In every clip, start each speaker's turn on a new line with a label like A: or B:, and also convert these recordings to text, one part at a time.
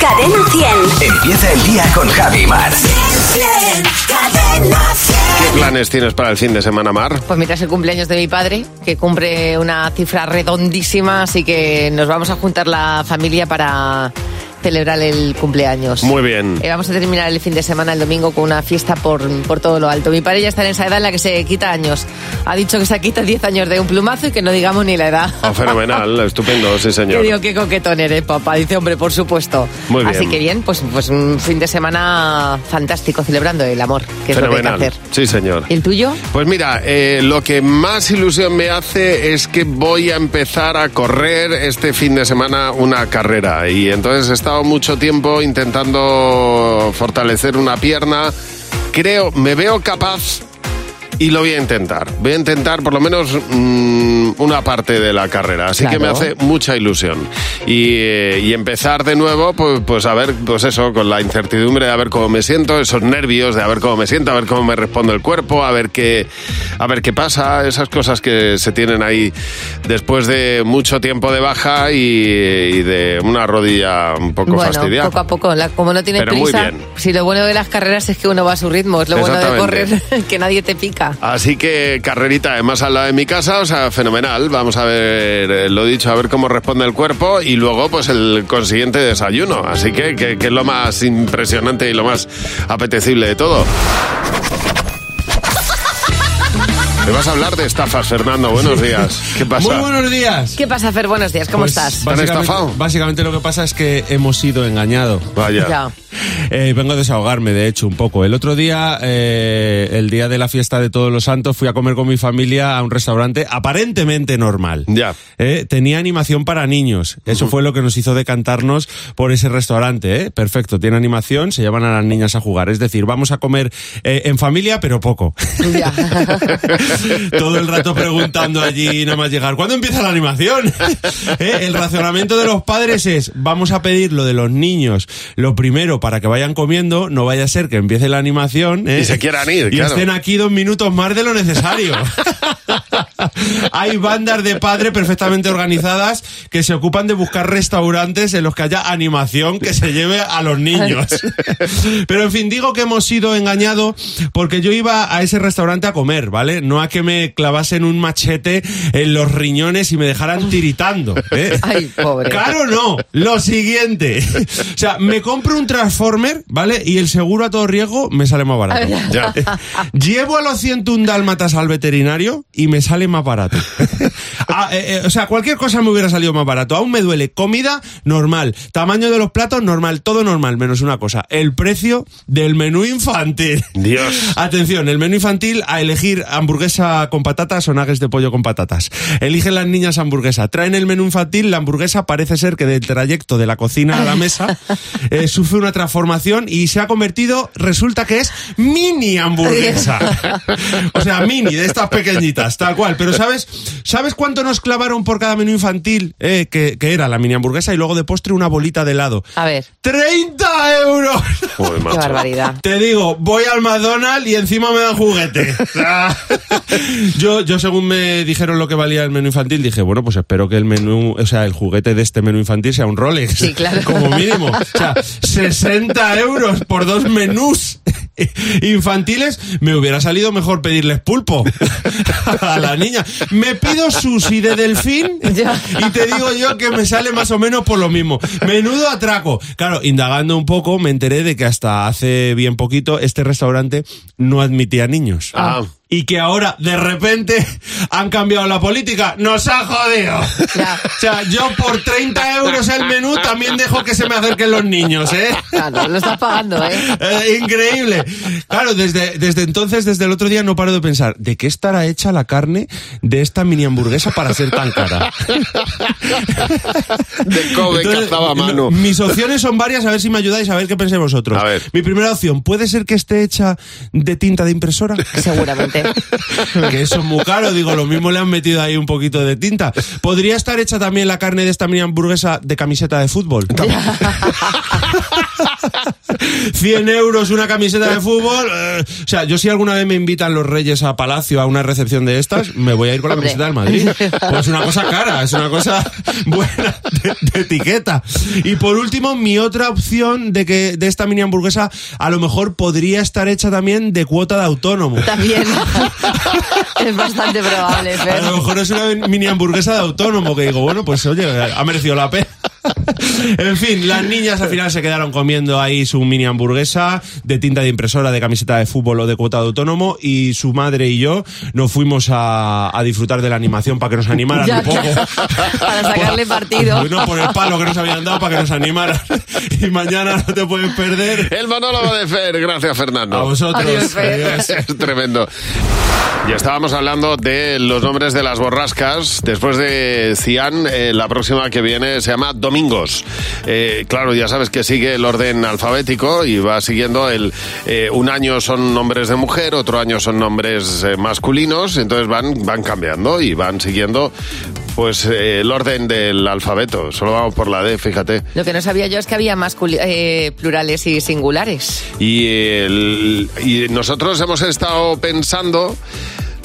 A: Cadena 100.
B: Empieza el día con Javi Mar.
A: Cadena 100.
C: ¿Qué planes tienes para el fin de semana, Mar?
D: Pues mira, es el cumpleaños de mi padre, que cumple una cifra redondísima, así que nos vamos a juntar la familia para celebrar el cumpleaños.
C: Muy bien.
D: Eh, vamos a terminar el fin de semana, el domingo, con una fiesta por, por todo lo alto. Mi padre ya está en esa edad en la que se quita años. Ha dicho que se quita 10 años de un plumazo y que no digamos ni la edad.
C: Ah, fenomenal, estupendo, sí,
D: Yo
C: señor.
D: digo, qué coquetón eres, papá. Dice, hombre, por supuesto.
C: Muy bien.
D: Así que bien, pues, pues un fin de semana fantástico, celebrando el amor, que es lo que hay
C: Fenomenal.
D: que hacer.
C: Sí, señor.
D: ¿Y el tuyo?
C: Pues mira, eh, lo que más ilusión me hace es que voy a empezar a correr este fin de semana una carrera. Y entonces he estado mucho tiempo intentando fortalecer una pierna. Creo, me veo capaz y lo voy a intentar. Voy a intentar por lo menos mm, una parte de la carrera. Así que me
D: Claro.
C: hace mucha ilusión. Y, eh, y empezar de nuevo, pues, pues a ver, pues eso, con la incertidumbre de a ver cómo me siento, esos nervios de a ver cómo me siento, a ver cómo me responde el cuerpo, a ver qué, a ver qué pasa, esas cosas que se tienen ahí después de mucho tiempo de baja y, y de una rodilla un poco
D: bueno,
C: fastidiada.
D: poco a poco, la- como no tiene
C: Pero muy
D: prisa,
C: bien.
D: si lo bueno de las carreras es que uno va a su ritmo, es lo bueno de
C: Exactamente.
D: correr, que nadie te pica.
C: Así que carrerita además al lado de mi casa, o sea, fenomenal. Vamos a ver, eh, lo dicho, a ver cómo responde el cuerpo y luego pues el consiguiente desayuno. Así que, que, que es lo más impresionante y lo más apetecible de todo. Me vas a hablar de estafas, Fernando. Buenos días. ¿Qué pasa?
E: Muy buenos días.
D: ¿Qué pasa, Fer? Buenos días, ¿cómo
E: Pues,
D: estás?
C: va- ¿Te han
E: básicamente-
C: estafado?
E: Básicamente lo que pasa es que hemos sido engañados.
C: Vaya.
D: Ya.
E: Eh, vengo a desahogarme, de hecho, un poco. El otro día, eh, el día de la fiesta de Todos los Santos, fui a comer con mi familia a un restaurante aparentemente normal.
C: Ya.
E: Eh, tenía animación para niños. Eso fue lo que nos hizo decantarnos por ese restaurante. ¿eh? Perfecto, tiene animación, se llevan a las niñas a jugar. Es decir, vamos a comer eh, en familia, pero poco.
D: Ya.
E: Todo el rato preguntando allí, nada más llegar, ¿cuándo empieza la animación? ¿Eh? El razonamiento de los padres es, vamos a pedir lo de los niños, lo primero para que vayan comiendo, no vaya a ser que empiece la animación. ¿eh?
C: Y se quieran ir,
E: Y
C: claro.
E: estén aquí dos minutos más de lo necesario. Hay bandas de padres perfectamente organizadas que se ocupan de buscar restaurantes en los que haya animación que se lleve a los niños. Pero en fin, digo que hemos sido engañados porque yo iba a ese restaurante a comer, ¿vale? No a que me clavasen un machete en los riñones y me dejaran tiritando. ¿eh?
D: Ay, pobre.
E: Claro, no. Lo siguiente. O sea, me compro un Transformer, ¿vale? Y el seguro a todo riesgo me sale más barato.
C: Ya.
E: Llevo a los 101 dálmatas al veterinario y me sale más barato. Ah, eh, eh, o sea, cualquier cosa me hubiera salido más barato. Aún me duele. Comida normal. Tamaño de los platos normal. Todo normal, menos una cosa. El precio del menú infantil.
C: Dios.
E: Atención, el menú infantil a elegir hamburguesa con patatas o nuggets de pollo con patatas. Eligen las niñas hamburguesa. Traen el menú infantil, la hamburguesa parece ser que del trayecto de la cocina a la mesa eh, sufre una transformación y se ha convertido, resulta que es mini hamburguesa. O sea, mini, de estas pequeñitas, tal cual. Pero ¿sabes, ¿sabes cuánto nos clavaron por cada menú infantil? Eh, que, que era la mini hamburguesa y luego de postre una bolita de helado.
D: A ver,
E: ¡30 euros!
C: Joder,
D: qué
C: macho.
D: barbaridad.
E: Te digo, voy al McDonald's y encima me dan juguete. O sea, yo, yo según me dijeron lo que valía el menú infantil, dije, bueno, pues espero que el menú, o sea, el juguete de este menú infantil sea un Rolex.
D: Sí, claro.
E: Como mínimo. O sea, 60 euros por dos menús infantiles, me hubiera salido mejor pedirles pulpo a la niña. Me pido sushi de delfín
D: Ya.
E: y te digo yo que me sale más o menos por lo mismo. Menudo atraco. Claro, indagando un poco, me enteré de que hasta hace bien poquito este restaurante no admitía niños.
C: Ah.
E: Y que ahora, de repente, han cambiado la política. ¡Nos ha jodido!
D: Ya.
E: O sea, yo por 30 euros el menú también dejo que se me acerquen los niños, ¿eh?
D: Claro, lo estás pagando, ¿eh?
E: Eh, increíble. Claro, desde, desde entonces, desde el otro día, no paro de pensar, ¿de qué estará hecha la carne de esta mini hamburguesa para ser tan cara?
C: De Kobe
E: Entonces,
C: cazaba a mano.
E: no, mis opciones son varias, a ver si me ayudáis, a ver qué pensáis vosotros.
C: A ver.
E: Mi primera opción, ¿puede ser que esté hecha de tinta de impresora?
D: Seguramente.
E: que eso es muy caro, digo, lo mismo le han metido ahí un poquito de tinta. ¿Podría estar hecha también la carne de esta mini hamburguesa de camiseta de fútbol? 100 euros una camiseta de fútbol español. eh. O sea, yo si alguna vez me invitan los reyes a Palacio a una recepción de estas, me voy a ir con la
D: Hombre.
E: camiseta del Madrid. Pues es una cosa cara, es una cosa buena de, de etiqueta. Y por último, mi otra opción de que de esta mini hamburguesa a lo mejor podría estar hecha también de cuota de autónomo.
D: También. es bastante probable,
E: A
D: Fer.
E: lo mejor es una mini hamburguesa de autónomo que digo, bueno, pues oye, ha merecido la pena. En fin, las niñas al final se quedaron comiendo ahí su mini hamburguesa de tinta de impresora, de camiseta de fútbol o de cuota de autónomo y su madre y yo nos fuimos a, a disfrutar de la animación para que nos animaran
D: Ya,
E: un poco.
D: claro. Para sacarle
E: Por-
D: partido.
E: Bueno, por el palo que nos habían dado para que nos animaran. Y mañana no te puedes perder.
C: El monólogo de Fer, gracias Fernando.
E: A vosotros.
D: Adiós, Fer.
E: Adiós.
C: Es tremendo. Ya estábamos hablando de los nombres de las borrascas. Después de Cian, eh, la próxima que viene se llama Domingos. Eh, claro, ya sabes que sigue el orden alfabético y va siguiendo el... eh, un año son nombres de mujer, otro año son nombres eh, masculinos, entonces van, van cambiando y van siguiendo pues eh, el orden del alfabeto. Solo vamos por la D, fíjate.
D: Lo que no sabía yo es que había más eh, plurales y singulares.
C: Y, el- y nosotros hemos estado pensando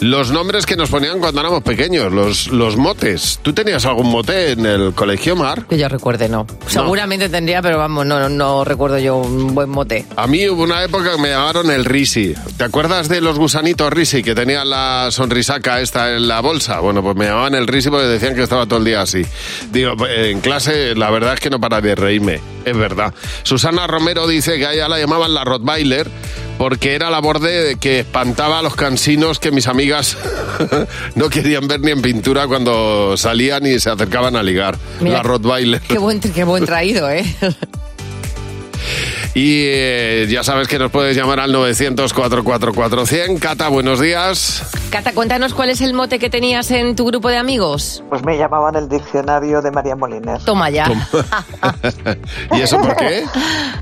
C: los nombres que nos ponían cuando éramos pequeños, los, los motes. ¿Tú tenías algún mote en el colegio, Mar?
D: Que yo recuerde, no. Seguramente tendría, pero vamos, no, no, no recuerdo yo un buen mote.
C: A mí hubo una época que me llamaron el Risi. ¿Te acuerdas de los gusanitos Risi que tenían la sonrisaca esta en la bolsa? Bueno, pues me llamaban el Risi porque decían que estaba todo el día así. Digo, pues, en clase la verdad es que no para de reírme, es verdad. Susana Romero dice que a ella la llamaban la Rottweiler porque era la borde que espantaba a los cansinos que mis amigas no querían ver ni en pintura cuando salían y se acercaban a ligar.
D: Mira,
C: la Rottweiler.
D: Qué buen, qué buen traído, ¿eh?
C: Y eh, ya sabes que nos puedes llamar al 900-444-100. Cata, buenos días.
D: Cata, cuéntanos cuál es el mote que tenías en tu grupo de amigos.
A: Pues me llamaban el diccionario de María Moliner,
D: Toma ya.
C: ¿Y eso por qué?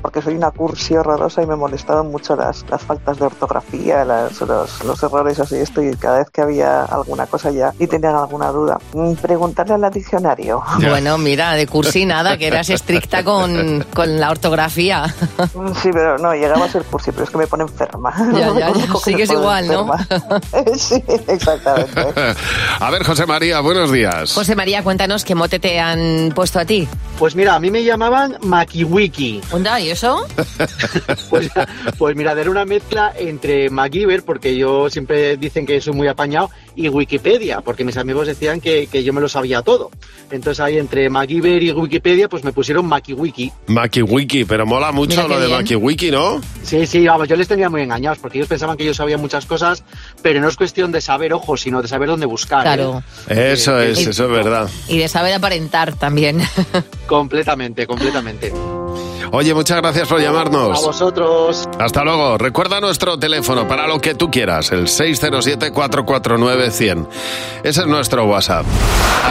A: porque soy una cursi horrorosa y me molestaban mucho las, las faltas de ortografía, las- los, los errores así esto, y cada vez que había alguna cosa ya y tenían alguna duda, mm, preguntarle al diccionario.
C: Ya.
D: Bueno, mira, de cursi nada, que eras estricta con, con la ortografía.
A: Mm, Sí, pero no, llegaba a ser cursi, pero es que me pone enferma.
D: Ya,
A: No me
D: ya, ya,
A: conozco que
D: sigues
A: me pone
D: igual, ¿no?
A: enferma. sí, exactamente.
C: A ver, José María, buenos días.
D: José María, cuéntanos qué mote te han puesto a ti.
F: Pues mira, a mí me llamaban Makiwiki.
D: Onda, Ah, ¿y eso?
F: Pues, pues mira, era una mezcla entre MacGyver, porque yo siempre dicen que soy muy apañado, y Wikipedia, porque mis amigos decían que, que yo me lo sabía todo. Entonces ahí entre MacGyver y Wikipedia, pues me pusieron Makiwiki.
C: MakiWiki, pero mola mucho
D: Mira qué
C: lo de
D: bien.
C: MakiWiki, ¿no?
F: Sí, sí, vamos, yo les tenía muy engañados, porque ellos pensaban que yo sabía muchas cosas, pero no es cuestión de saber, ojo, sino de saber dónde buscar. ¿eh?
D: Claro.
C: Eso
F: Eh,
C: es,
F: eh,
C: eso es verdad.
D: Y de saber aparentar también.
F: Completamente, completamente.
C: Oye, muchas gracias por
F: A
C: llamarnos.
F: vosotros.
C: Hasta luego. Recuerda nuestro teléfono para lo que tú quieras, el 607-449-100. Ese es nuestro WhatsApp.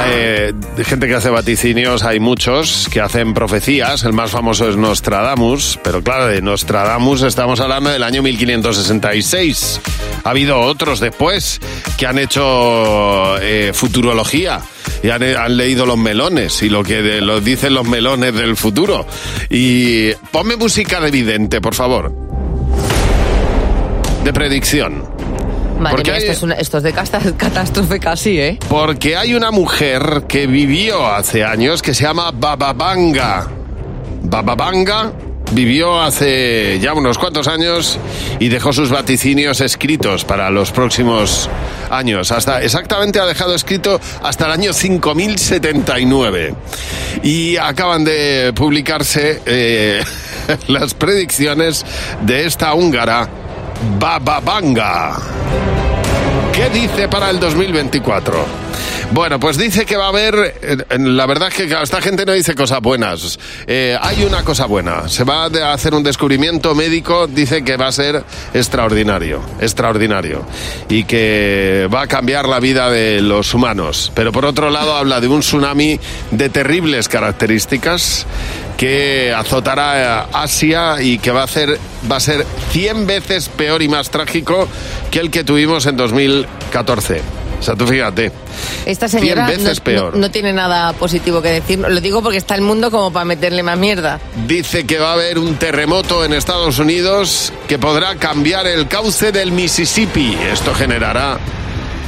C: Eh, gente que hace vaticinios, hay muchos que hacen profecías. El más famoso es Nostradamus, pero claro, de Nostradamus estamos hablando del año 1566. Ha habido otros después que han hecho eh, futurología y han, han leído los melones y lo que de- lo dicen los melones del futuro. Y ponme música de vidente, por favor de predicción.
D: Madre
C: Porque
D: mía,
C: hay-
D: esto, es una- esto es de casta- catástrofe casi, ¿eh?
C: Porque hay una mujer que vivió hace años que se llama Bababanga. Bababanga vivió hace ya unos cuantos años y dejó sus vaticinios escritos para los próximos años. Hasta exactamente ha dejado escrito hasta el año 5079. Y acaban de publicarse eh, las predicciones de esta húngara Bababanga. ¿Qué dice para el 2024? Bueno, pues dice que va a haber, eh, eh, la verdad es que claro, esta gente no dice cosas buenas. Eh, hay una cosa buena, se va a hacer un descubrimiento médico, dice que va a ser extraordinario, extraordinario, y que va a cambiar la vida de los humanos. Pero por otro lado habla de un tsunami de terribles características que azotará eh, Asia y que va a, hacer, va a ser 100 veces peor y más trágico que el que tuvimos en 2014. O sea, tú fíjate.
D: Esta señora
C: Cien veces
D: no,
C: peor.
D: no- no tiene nada positivo que decir. Lo digo porque está el mundo como para meterle más mierda.
C: Dice que va a haber un terremoto en Estados Unidos que podrá cambiar el cauce del Mississippi. Esto generará,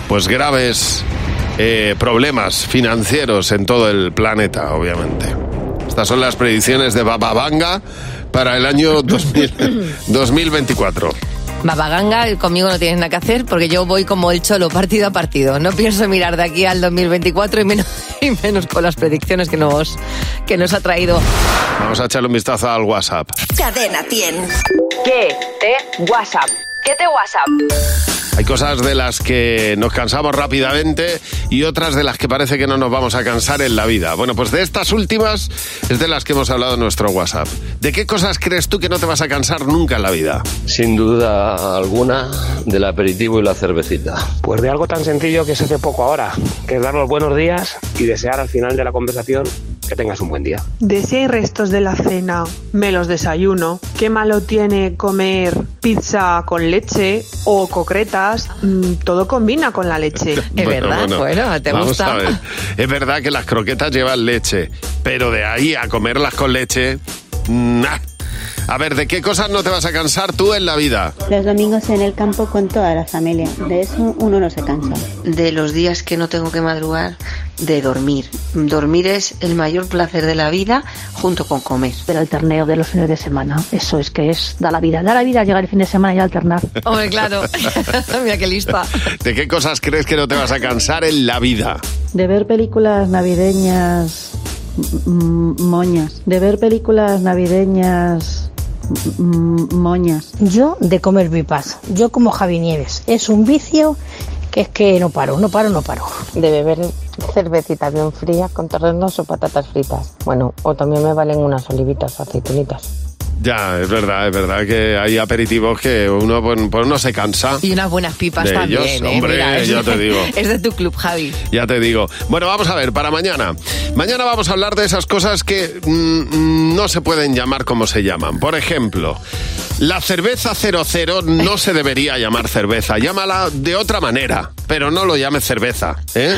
C: pues, graves eh, problemas financieros en todo el planeta, obviamente. Estas son las predicciones de Bababanga para el año 2000 2024.
D: Babaganga, conmigo no tienes nada que hacer porque yo voy como el cholo, partido a partido. No pienso mirar de aquí al 2024 y menos, y menos con las predicciones que nos, que nos ha traído.
C: Vamos a echarle un vistazo al WhatsApp.
G: Cadena 100. ¿Qué te WhatsApp? ¿Qué te WhatsApp?
C: Hay cosas de las que nos cansamos rápidamente y otras de las que parece que no nos vamos a cansar en la vida. Bueno, pues de estas últimas es de las que hemos hablado en nuestro WhatsApp. ¿De qué cosas crees tú que no te vas a cansar nunca en la vida?
H: Sin duda alguna, del aperitivo y la cervecita.
I: Pues de algo tan sencillo que se hace poco ahora, que es dar los buenos días y desear al final de la conversación que tengas un buen día.
J: De si hay restos de la cena, me los desayuno. ¿Qué malo tiene comer pizza con leche o concretas? Mm, todo combina con la leche.
C: vamos a ver. Es verdad que las croquetas llevan leche, pero de ahí a comerlas con leche, nah. A ver, ¿de qué cosas no te vas a cansar tú en la vida?
K: Los domingos en el campo con toda la familia. De eso uno no se cansa.
L: de los días que no tengo que madrugar, de dormir. Dormir es el mayor placer de la vida junto con comer.
M: Pero el torneo de los fines de semana, eso es que es, da la vida, da la vida llegar el fin de semana y alternar.
D: Hombre, claro. Mira qué lista.
C: ¿De qué cosas crees que no te vas a cansar en la vida?
M: De ver películas navideñas mm, moñas. De ver películas navideñas mm, moñas.
N: Yo de comer pipas. Yo como Javi Nieves. Es un vicio que es que no paro, no paro, no paro.
O: de beber cervecita bien fría con torrenos o patatas fritas. Bueno, o también me valen unas olivitas o aceitunitas.
C: Ya, es verdad, es verdad que hay aperitivos que uno pues, pues no se cansa.
D: Y unas buenas pipas
C: De
D: también.
C: ellos,
D: ¿eh?
C: hombre,
D: Mira, es-
C: ya te digo.
D: Es de tu club, Javi.
C: Ya te digo. Bueno, vamos a ver, para mañana. Mañana vamos a hablar de esas cosas que mm, mm, no se pueden llamar como se llaman. Por ejemplo, la cerveza 00 no se debería llamar cerveza. Llámala de otra manera, pero no lo llames cerveza. ¿eh?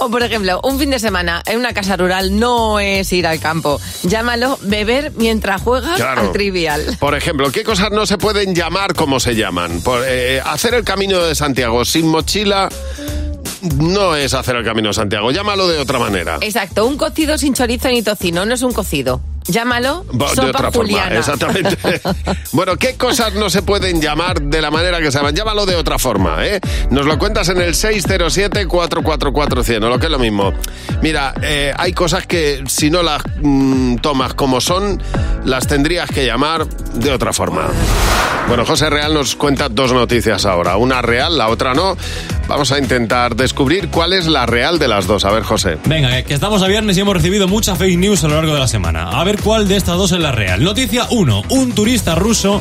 D: O por ejemplo, un fin de semana en una casa rural no es ir al campo. Llámalo beber mientras juegas
C: Claro.
D: al trivial.
C: Por ejemplo, ¿qué cosas no se pueden llamar como se llaman? Por, eh, hacer el camino de Santiago sin mochila no es hacer el camino de Santiago. Llámalo de otra manera.
D: Exacto, un cocido sin chorizo ni tocino, no es un cocido. Llámalo
C: Va-
D: sopa
C: de otra
D: juliana.
C: forma, exactamente. bueno, ¿qué cosas no se pueden llamar de la manera que se llaman? Llámalo de otra forma, ¿eh? Nos lo cuentas en el 607-444-100, o lo que es lo mismo. Mira, eh, hay cosas que si no las mm, tomas como son, las tendrías que llamar de otra forma. Bueno, José Real nos cuenta dos noticias ahora. Una real, la otra no. Vamos a intentar descubrir cuál es la real de las dos. A ver, José.
P: Venga, eh, que estamos a viernes y hemos recibido mucha fake news a lo largo de la semana. A ver cuál de estas dos es la real. Noticia 1. Un turista ruso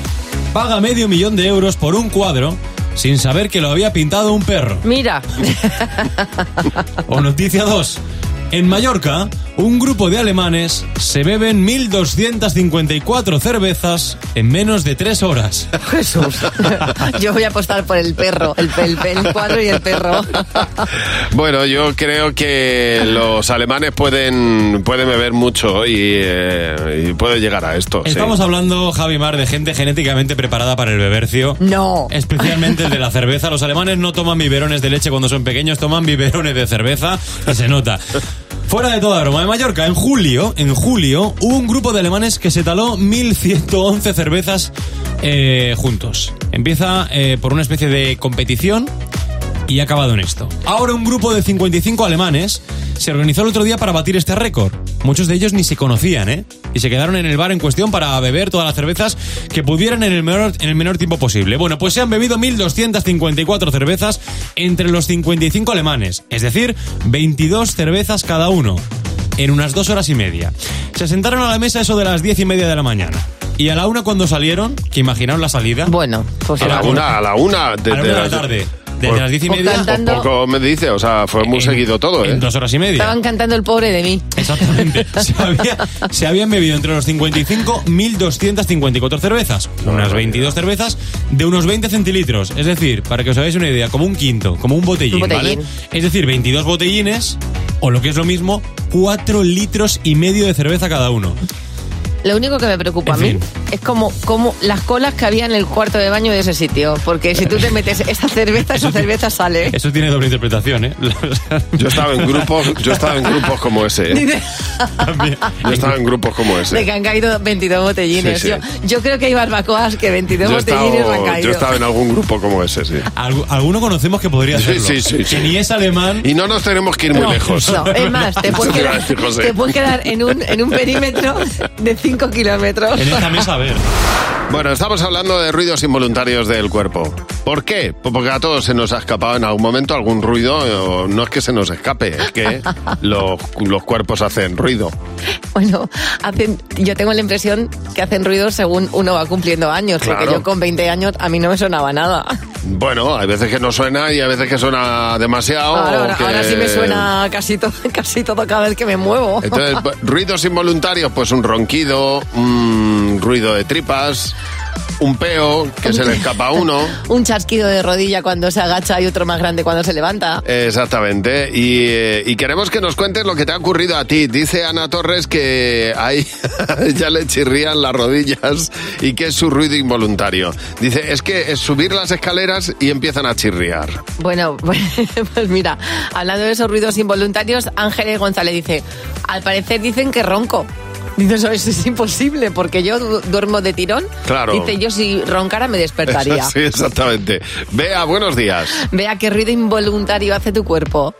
P: paga medio millón de euros por un cuadro sin saber que lo había pintado un perro.
D: Mira,
P: O noticia 2. En Mallorca, un grupo de alemanes se beben 1.254 cervezas en menos de 3 horas.
D: Jesús. yo voy a apostar por el perro, el, el, el cuadro y el perro.
C: Bueno, yo creo que los alemanes pueden, pueden beber mucho y, eh, y puede llegar a esto. sí.
P: Estamos hablando, Javi Mar, de gente genéticamente preparada para el bebercio.
D: No.
P: Especialmente el de la cerveza. Los alemanes no toman biberones de leche cuando son pequeños, toman biberones de cerveza y se nota. Fuera de toda broma, en Mallorca, en julio, en julio, hubo un grupo de alemanes que se taló 1.111 cervezas eh, juntos. Empieza eh, por una especie de competición y ha acabado en esto. Ahora un grupo de 55 alemanes se organizó el otro día para batir este récord. Muchos de ellos ni se conocían, ¿eh? Y se quedaron en el bar en cuestión para beber todas las cervezas que pudieran en el menor, en el menor tiempo posible. Bueno, pues se han bebido 1.254 cervezas entre los 55 alemanes, es decir, 22 cervezas cada uno, en unas dos horas y media. Se sentaron a la mesa eso de las 10 y media de la mañana. Y a la una cuando salieron, que imaginaron la salida.
D: Bueno,
C: A la pues una, a la una de,
P: a la
C: de
P: una de
C: las-
P: la tarde. desde las diez y
D: O
P: media.
D: cantando-
C: Poco me dice, o sea, fue muy seguido todo, ¿eh?
P: En dos horas y media.
D: Estaban cantando el pobre de mí.
P: Exactamente. Se, había- se habían bebido entre los 55 1.254 cervezas. Unas 22 cervezas de unos 20 centilitros. Es decir, para que os hagáis una idea, como un quinto, como un botellín,
Q: Un botellín.
P: ¿vale? Es decir, 22 botellines, o lo que es lo mismo, 4 litros y medio de cerveza cada uno.
D: Lo único que me preocupa
P: En
D: a mí
P: fin.
D: es como, como las colas que había en el cuarto de baño de ese sitio. Porque si tú te metes esa cerveza, esa cerveza sale.
P: Eso tiene doble interpretación, ¿eh?
C: Yo estaba en grupos, yo estaba en grupos como ese, ¿eh?
D: Dice,
C: Yo estaba en grupos como ese.
D: De que han caído 22 botellines.
C: Sí, sí.
D: Yo, yo creo que hay barbacoas que 22
C: Yo he
D: botellines han
C: estado,
D: caído.
C: yo estaba en algún grupo como ese, sí.
P: alguno conocemos que podría
C: ser.
P: hacerlo.
C: Sí, sí, sí,
P: Que ni es alemán.
C: Y no nos tenemos que ir muy
P: No,
C: lejos.
D: No, es más, te
C: Eso
D: puedes
C: iba a
D: quedar,
C: decir, José.
D: te puedes quedar en, un, en un perímetro de 5 kilómetros.
P: a ver.
C: Bueno, estamos hablando de ruidos involuntarios del cuerpo. ¿Por qué? Pues porque a todos se nos ha escapado en algún momento algún ruido. o No es que se nos escape, es que los, los cuerpos hacen ruido.
D: Bueno, hacen, yo tengo la impresión que hacen ruido según uno va cumpliendo años, porque
C: Claro.
D: yo con 20 años a mí no me sonaba nada.
C: Bueno, hay veces que no suena y hay veces que suena demasiado.
D: ahora,
C: o
D: ahora-
C: que-
D: ahora sí me suena casi todo, casi todo cada vez que me muevo.
C: Entonces, bu- ruidos involuntarios, pues un ronquido, un ruido de tripas, un peo que se le escapa a uno.
D: Un chasquido de rodilla cuando se agacha y otro más grande cuando se levanta.
C: Exactamente. Y, eh, y queremos que nos cuentes lo que te ha ocurrido a ti. Dice Ana Torres que ahí ya le chirrían las rodillas y que es su ruido involuntario. Dice, es que es subir las escaleras y empiezan a chirriar.
D: Bueno, pues mira, hablando de esos ruidos involuntarios, Ángeles González dice, al parecer dicen que ronco. Dice, eso es, es imposible, porque yo du- duermo de tirón.
C: Claro.
D: Dice, yo si roncara me despertaría.
C: Sí, exactamente. Vea, buenos días.
D: Vea qué ruido involuntario hace tu cuerpo.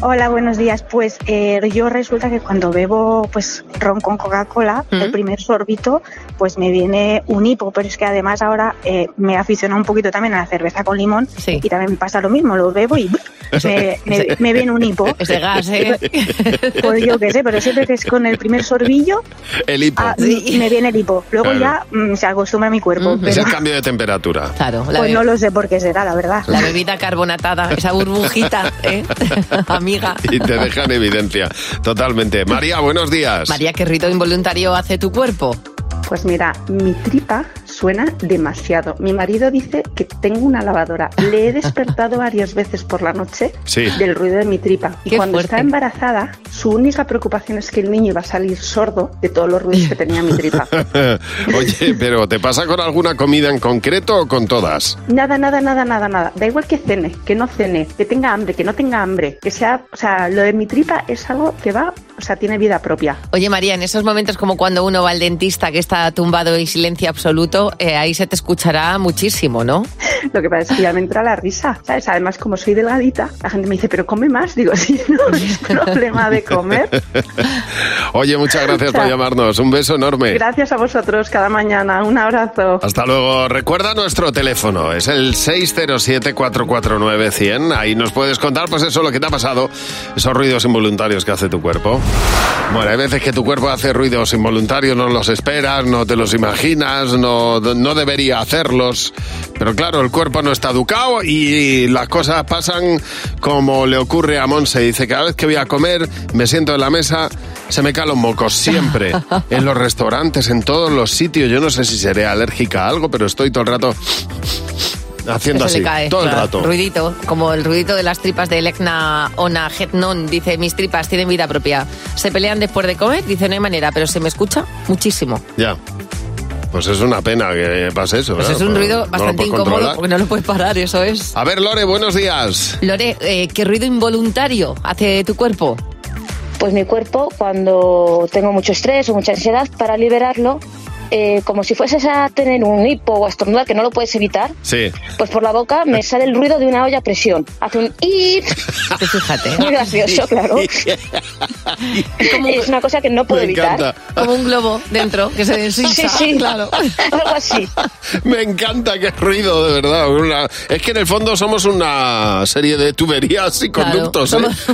R: Hola, buenos días. Pues eh, yo resulta que cuando bebo pues ron con Coca-Cola, el primer sorbito, pues me viene un hipo, pero es que además ahora eh, me aficiona un poquito también a la cerveza con limón y también me pasa lo mismo, lo bebo y me, me- me viene un hipo.
D: Ese gas, ¿eh?
R: Pues yo qué sé, pero siempre que es con el primer sorbillo
C: El hipo.
R: ah, me viene el hipo. Luego
C: Claro.
R: ya mm, se acostumbra mi cuerpo,
C: Es
R: pero
C: el cambio de temperatura.
D: Claro, la,
R: pues
D: be-
R: no lo sé por qué será, la verdad.
D: la bebida carbonatada, esa burbujita, ¿eh? amiga.
C: Y te deja en evidencia. Totalmente. María, buenos días.
D: María, ¿qué ruido involuntario hace tu cuerpo?
S: Pues mira, mi tripa suena demasiado. Mi marido dice que tengo una lavadora. Le he despertado varias veces por la noche
C: Sí.
S: del ruido de mi tripa. Y
D: Qué
S: cuando
D: fuerte.
S: estaba embarazada, su única preocupación es que el niño iba a salir sordo de todos los ruidos que tenía mi tripa.
C: Oye, pero ¿te pasa con alguna comida en concreto o con todas?
S: Nada, nada, nada, nada, nada. Da igual que cene, que no cene, que tenga hambre, que no tenga hambre, que sea, o sea, lo de mi tripa es algo que va, o sea, tiene vida propia.
D: Oye María, en esos momentos como cuando uno va al dentista que está tumbado y silencio absoluto, eh, ahí se te escuchará muchísimo, ¿no?
S: Lo que pasa es que ya me entra la risa, ¿sabes? Además, como soy delgadita, la gente me dice, pero come más. Digo, sí, no es problema de comer.
C: Oye, muchas gracias por
S: Chao.
C: llamarnos. Un beso enorme.
S: Gracias a vosotros cada mañana. Un abrazo.
C: Hasta luego. Recuerda nuestro teléfono. Es el 607-449-100. Ahí nos puedes contar, pues eso, lo que te ha pasado. Esos ruidos involuntarios que hace tu cuerpo. Bueno, hay veces que tu cuerpo hace ruidos involuntarios, no los esperas, no te los imaginas, no, no debería hacerlos. Pero claro, el cuerpo no está educado y las cosas pasan como le ocurre a Monse. Dice, cada vez que voy a comer, me siento en la mesa, se me caen los mocos, siempre. En los restaurantes, en todos los sitios. Yo no sé si seré alérgica a algo, pero estoy todo el rato haciendo
D: Eso
C: así.
D: le cae.
C: todo el
D: Claro.
C: rato.
D: Ruidito, como el ruidito de las tripas de Elecna Ona Getnon. Dice, mis tripas tienen vida propia. Se pelean después de comer, dice, no hay manera, pero se me escucha muchísimo.
C: Ya. Pues es una pena que pase eso.
D: Pues
C: ¿eh?
D: es un
C: No- no
D: ruido
C: lo
D: bastante
C: puedes
D: incómodo
C: controlar.
D: porque no lo puedes parar, eso es.
C: A ver, Lore, buenos días.
D: Lore, eh, ¿qué ruido involuntario hace tu cuerpo?
T: Pues mi cuerpo, cuando tengo mucho estrés o mucha ansiedad, para liberarlo, eh, como si fueses a tener un hipo o a estornudar que no lo puedes evitar,
C: Sí.
T: pues por la boca me sale el ruido de una olla a presión. Hace un ip.
D: Pues Fíjate.
T: Muy gracioso, claro. Es una cosa que no puedo
C: Me
T: evitar.
C: encanta.
D: Como un globo dentro que se deshincha.
T: Sí, sí.
D: Claro.
T: Algo así.
C: Me encanta que ruido, de verdad. Una- Es que en el fondo somos una serie de tuberías y
D: Claro,
C: conductos. ¿eh?
D: somos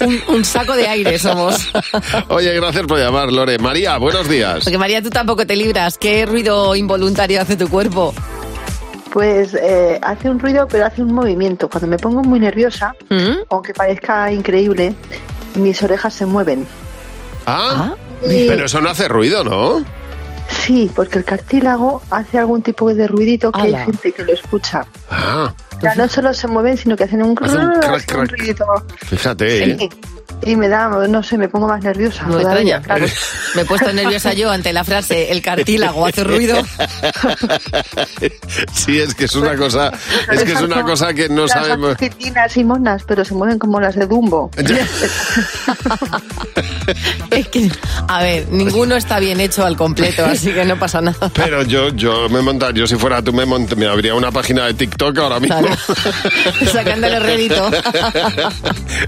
D: un, un saco de aire somos.
C: Oye, gracias por llamar, Lore. María, buenos días.
D: Porque María, tú tampoco te libras. ¿Qué ruido involuntario hace tu cuerpo?
Q: Pues eh, hace un ruido, pero hace un movimiento. Cuando me pongo muy nerviosa,
C: ¿Mm?
Q: aunque parezca increíble, mis orejas se mueven.
C: Ah,
Q: Sí.
C: pero eso no hace ruido, ¿no?
Q: Sí, porque el cartílago hace algún tipo de ruidito que hay gente que lo escucha.
C: Ah,
Q: Ya no solo se mueven, sino que hacen un,
C: Hace un
Q: crrrr,
C: crac,
Q: hacen Ah, un
C: crac.
Q: ruidito.
C: fíjate. ¿eh?
Q: Sí. Y me da, no sé, me pongo más nerviosa.
D: No me
Q: todavía,
D: extraña.
Q: claro.
D: Me he puesto nerviosa yo ante la frase el cartílago hace ruido.
C: Sí, es que es una cosa,
Q: pues
C: es que es una cosa que no
Q: Las
C: sabemos.
Q: argentinas y monas, pero se mueven como las de Dumbo.
D: Es que, a ver, ninguno está bien hecho al completo, así que no pasa nada.
C: Pero yo, yo me monta, yo si fuera tú me mont- me habría una página de TikTok ahora mismo.
D: Sacándole rédito.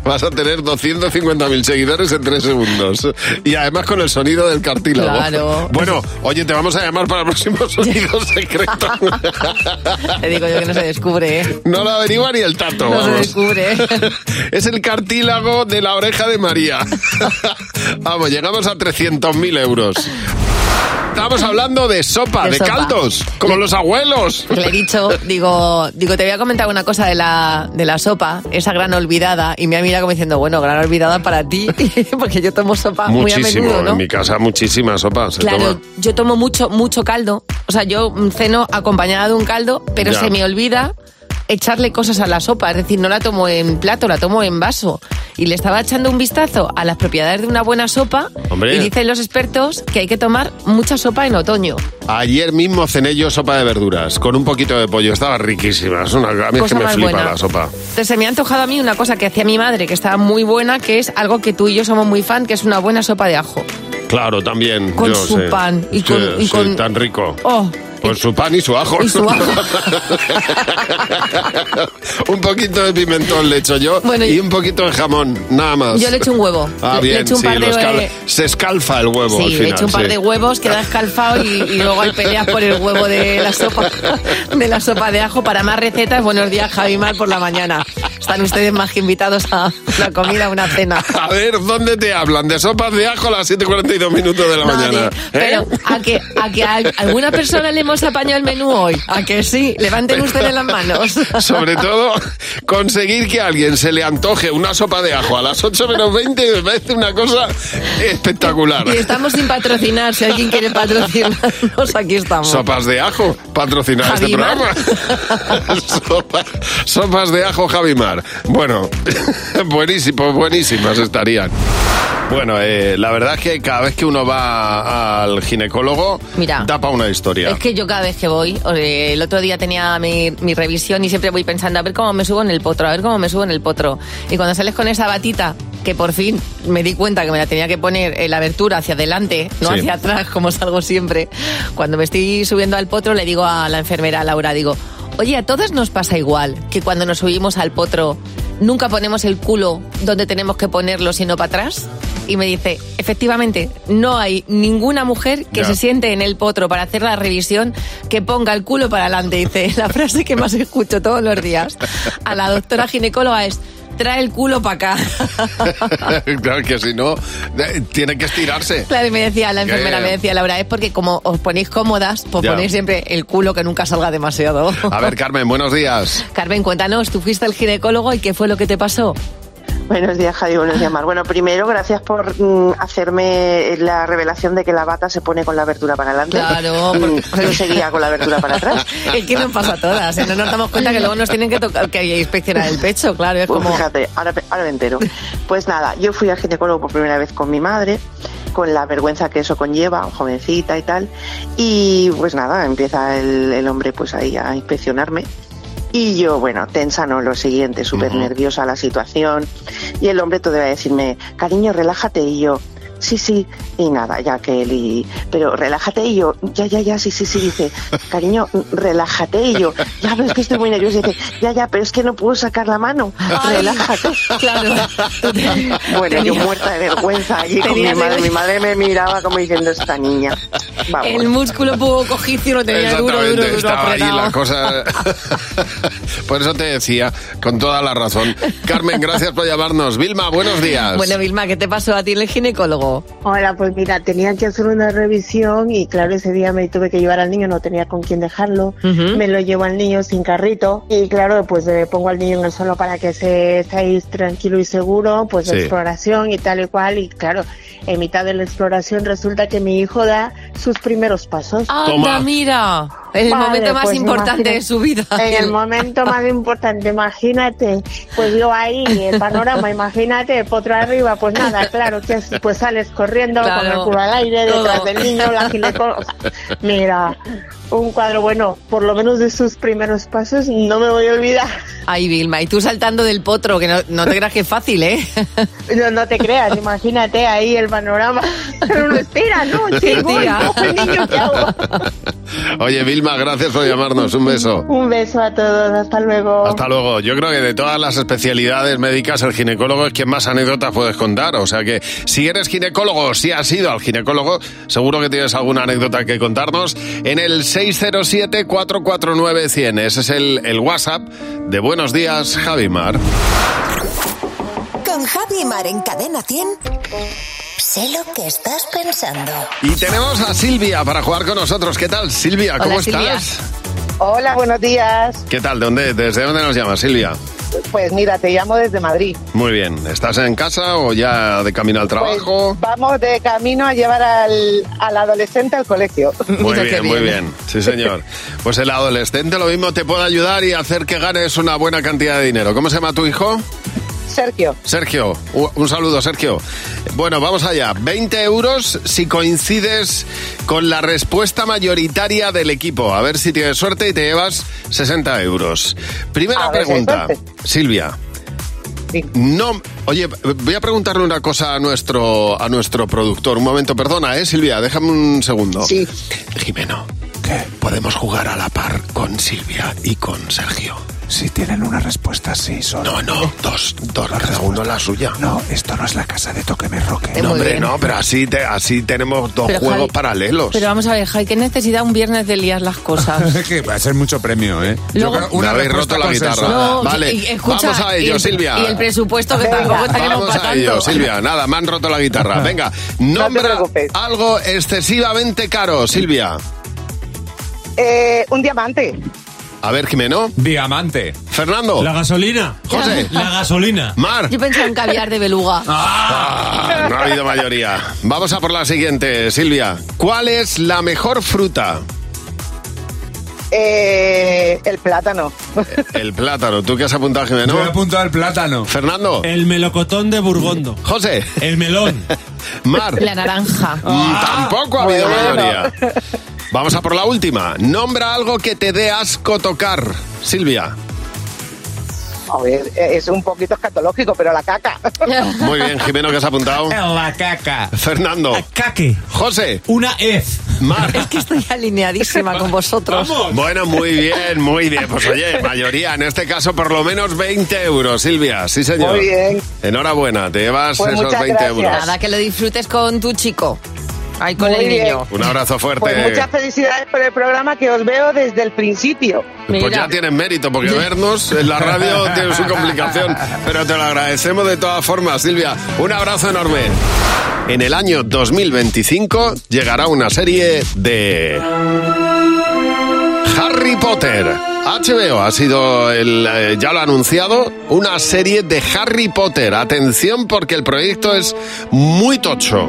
C: Vas a tener 250.000 seguidores en tres segundos. Y además con el sonido del cartílago.
D: Claro.
C: Bueno, oye, te vamos a llamar para el próximo sonido secreto.
D: Te digo yo que no se descubre, ¿eh?
C: No lo averigua ni el tato.
D: No se
C: vamos.
D: descubre.
C: Es el cartílago de la oreja de María. Vamos, llegamos a 300.000 euros. Estamos hablando de sopa, de,
D: De sopa.
C: caldos, como los abuelos.
D: Le he dicho, digo, digo, te voy a comentar una cosa de la, de la sopa, esa gran olvidada, y me ha mirado como diciendo, bueno, gran olvidada para ti, porque yo tomo sopa muy a
C: Muchísimo,
D: menudo, ¿no?
C: en mi casa muchísima sopa se
D: Claro,
C: toma.
D: yo tomo mucho, mucho caldo. O sea, yo mm, ceno acompañada de un caldo, pero
C: Ya.
D: se me olvida echarle cosas a la sopa. Es decir, no la tomo en plato, la tomo en vaso. Y le estaba echando un vistazo a las propiedades de una buena sopa.
C: Hombre.
D: Y dicen los expertos que hay que tomar mucha sopa en otoño.
C: Ayer mismo cené yo sopa de verduras con un poquito de pollo, estaba riquísima. Es una a mí es
D: Cosa
C: que me
D: más
C: flipa
D: buena.
C: la sopa.
D: Entonces se me ha antojado a mí una cosa que hacía mi madre, que estaba muy buena, que es algo que tú y yo somos muy fan, que es una buena sopa de ajo.
C: Claro, también.
D: Con
C: yo
D: su
C: sé.
D: pan y
C: Sí,
D: con- y
C: sí,
D: con-
C: tan rico.
D: Oh,
C: Con su pan y su ajo.
D: Y su ajo.
C: un poquito de pimentón le echo yo
D: Bueno,
C: y
D: yo-
C: un poquito de jamón, nada más.
D: Yo le echo un huevo.
C: Ah,
D: Le-
C: bien,
D: le echo un
C: sí,
D: par de
C: lo escal-
D: hue-
C: se escalfa el huevo
D: sí,
C: al final.
D: le echo un par
C: sí.
D: de huevos, queda escalfado y, y luego hay peleas por el huevo de la sopa de la sopa de ajo. Para más recetas, buenos días, Javi Mar, por la mañana. Están ustedes más que invitados a una comida, a una cena.
C: A ver, ¿dónde te hablan? De sopas de ajo a las 7.42 minutos de la
D: Nadie.
C: mañana.
D: Pero
C: ¿Eh?
D: a que, a que a alguna persona le hemos apañado el menú hoy. A que sí, levanten ustedes las manos.
C: Sobre todo, conseguir que a alguien se le antoje una sopa de ajo a las 8 menos 20 me parece una cosa espectacular.
D: Y estamos sin patrocinar. Si alguien quiere patrocinarnos, aquí estamos.
C: Sopas de ajo, patrocinar este
D: Javimar.
C: programa. Sopa- sopas de ajo, Javimar. Bueno, buenísimo, pues buenísimas estarían. Bueno, eh, la verdad es que cada vez que uno va al ginecólogo,
D: Mira.
C: da para una historia.
D: Es que yo cada vez que voy, o, eh, el otro día tenía mi, mi revisión y siempre voy pensando a ver cómo me subo en el potro, a ver cómo me subo en el potro. Y cuando sales con esa batita, que por fin me di cuenta que me la tenía que poner en la abertura hacia adelante, no
U: Sí.
D: hacia atrás como salgo siempre, cuando me estoy subiendo al potro le digo a la enfermera Laura, digo, oye, a todas nos pasa igual que cuando nos subimos al potro nunca ponemos el culo donde tenemos que ponerlo, sino para atrás. Y me dice, efectivamente, no hay ninguna mujer que
C: Ya.
D: se siente en el potro para hacer la revisión que ponga el culo para adelante. Dice, la frase que más escucho todos los días a la doctora ginecóloga es, trae el culo para acá.
C: claro que si no, eh, tiene que estirarse.
D: Claro, y me decía la enfermera, me decía Laura, es porque como os ponéis cómodas, pues
C: Ya.
D: ponéis siempre el culo que nunca salga demasiado.
C: A ver, Carmen, buenos días.
D: Carmen, cuéntanos, tú fuiste al ginecólogo y qué fue lo que te pasó.
V: Buenos días, Javi. Buenos días, Mar. Bueno, primero, gracias por mm, hacerme la revelación de que la bata se pone con la abertura para adelante.
D: Claro,
V: Mm, Yo seguía con la abertura para atrás.
D: es que nos pasa a todas, ¿eh? no nos damos cuenta que luego nos tienen que tocar, que inspeccionar el pecho, claro, es
V: Pues
D: como...
V: fíjate, ahora, ahora me entero. Pues nada, yo fui al ginecólogo por primera vez con mi madre, con la vergüenza que eso conlleva, jovencita y tal. Y pues nada, empieza el, el hombre pues ahí a inspeccionarme. Y yo, bueno, tensa no, lo siguiente, súper nerviosa la situación. Y el hombre todavía a decirme, cariño, relájate. Y yo, sí, sí. Y nada, ya que él y... Pero relájate. Y yo, ya, ya, ya, sí, sí, sí. Dice, cariño, relájate. Y yo, ya, pero es que estoy muy nerviosa. Y dice, ya, ya, pero es que no puedo sacar la mano. Relájate.
D: Claro.
V: Bueno, yo
D: Tenía-
V: muerta de vergüenza allí con mi
D: Tenías
V: madre.
D: el-
V: Mi madre me miraba como diciendo, esta niña. Vamos.
D: El músculo pudo cogido y lo tenía duro, duro,
C: Exactamente,
D: duro
C: estaba ahí
D: apretado.
C: la cosa. Por eso te decía, con toda la razón. Carmen, gracias por llamarnos. Vilma, buenos días.
D: Bueno, Vilma, ¿qué te pasó a ti en el ginecólogo?
O: Hola, pues mira, tenía que hacer una revisión y claro, ese día me tuve que llevar al niño, no tenía con quién dejarlo.
D: Ujú.
O: Me lo llevo al niño sin carrito y claro, pues eh, pongo al niño en el suelo para que se esté ahí tranquilo y seguro, pues
V: Sí.
O: exploración y tal y cual. Y claro, en mitad de la exploración resulta que mi hijo da sus primeros pasos.
D: Anda, mira. El
O: Vale,
D: momento más
O: pues
D: importante
O: imagínate.
D: de su vida.
O: En el momento más importante, imagínate. Pues yo ahí, el panorama, imagínate, potro arriba, pues nada, claro, que así, pues sales corriendo con el
D: Claro,
O: culo al aire, detrás
D: todo.
O: del niño, la gineco- o sea, Mira, un cuadro bueno, por lo menos de sus primeros pasos, no me voy a olvidar.
D: Ay, Vilma, y tú saltando del potro, que no, no te creas que es fácil, ¿eh?
O: No, no te creas, imagínate ahí el panorama. Uno espera, ¿no? Sí, voy,
D: Tira.
O: voy, niño, ¿qué hago?
C: Oye, Vilma, gracias por llamarnos. Un beso.
O: Un beso a todos, hasta luego.
C: Hasta luego. Yo creo que de todas las especialidades médicas, el ginecólogo es quien más anécdotas puedes contar. O sea que si eres ginecólogo o si has ido al ginecólogo, seguro que tienes alguna anécdota que contarnos en el 607-449-100. Ese es el, el WhatsApp de Buenos Días, Javimar.
S: Con Javi y Mar en Cadena 100. Sé lo que estás pensando.
C: Y tenemos a Silvia para jugar con nosotros. ¿Qué tal, Silvia? Ah, ¿Cómo estás?
V: Hola, buenos días.
C: ¿Qué tal? ¿De dónde, ¿Desde dónde nos llamas, Silvia?
V: Pues mira, te llamo desde Madrid.
C: Muy bien. ¿Estás en casa o ya de camino al trabajo?
V: Pues vamos de camino a llevar al, al adolescente al colegio.
C: Muy bien, muy bien. Sí, señor. Pues el adolescente lo mismo te puede ayudar y hacer que ganes una buena cantidad de dinero. ¿Cómo se llama tu hijo?
V: Sergio.
C: Sergio. u- Un saludo, Sergio. Bueno, vamos allá. 20 euros si coincides con la respuesta mayoritaria del equipo. A ver si tienes suerte y te llevas 60 euros. Primera
V: A ver si hay
C: pregunta, Silvia. No, oye, voy a preguntarle una cosa a nuestro, a nuestro productor. Un momento, perdona, ¿eh, Silvia? Déjame un segundo. Sí. Jimeno, podemos jugar a la par con Silvia y con Sergio.
F: Si tienen una respuesta, sí, son.
C: No, no, dos, dos, cada uno la suya.
F: No, esto no es la casa de Toque Me Roque.
C: No, hombre, no, pero así, te- así tenemos dos
D: Pero,
C: juegos
D: Javi,
C: paralelos.
D: Pero vamos a ver, Jai, ¿qué necesidad un viernes de liar las cosas?
F: Es que va a ser mucho premio, ¿eh?
D: Luego-
F: creo
C: Me habéis
F: respuesta
C: roto la guitarra.
F: consensuada.
D: No,
C: Vale,
D: y- y escucha,
C: vamos a
D: y
C: ello,
D: el-
C: Silvia.
D: Y el presupuesto que tampoco tenemos
C: Vamos
D: para
C: a
D: tanto.
C: ello, oh, Silvia. Nada, me han roto la guitarra. Venga, nombra algo excesivamente caro, Silvia.
V: Eh, un diamante.
C: A ver, Jimeno.
F: Diamante.
C: Fernando.
F: La gasolina.
C: José.
F: La
W: gasolina.
C: Mar.
D: Yo pensaba en caviar de beluga.
C: Ah, no ha habido mayoría. Vamos a por la siguiente, Silvia. ¿Cuál es la mejor fruta?
V: Eh, el plátano.
C: El plátano. ¿Tú qué has apuntado, Jimeno?
F: Yo he apuntado el plátano.
C: Fernando.
F: El melocotón de Burgondo.
C: José.
F: El melón.
C: Mar. Mm,
D: La naranja. Ah.
C: Tampoco ha habido mayoría. Vamos a por la última. Nombra algo que te dé asco tocar, Silvia.
V: A ver, eh, es un poquito escatológico, pero la caca.
C: Muy bien, Jimeno, que has apuntado.
F: La caca.
C: Fernando.
F: Caque.
C: José.
F: Una ez.
C: Mar.
D: Es que estoy alineadísima con vosotros.
C: Bueno, muy bien, muy bien. Pues oye, mayoría, en este caso por lo menos 20 euros, Silvia. Sí, señor.
D: Muy bien. Pues
C: Enhorabuena, te llevas
V: Pues
C: esos 20 euros.
D: Nada, que lo disfrutes con tu chico. Ay, con
V: Muy
D: el
V: bien.
D: niño.
C: Un abrazo fuerte.
V: Pues muchas felicidades por el programa que os veo desde el principio.
C: Pues ya tienes mérito, porque vernos en la radio tiene su complicación. Pero te lo agradecemos de todas formas, Silvia. Un abrazo enorme. En el año 2025 llegará una serie de... Harry Potter. HBO ha sido el, eh, ya lo ha anunciado, una serie de Harry Potter. Atención porque el proyecto es muy tocho.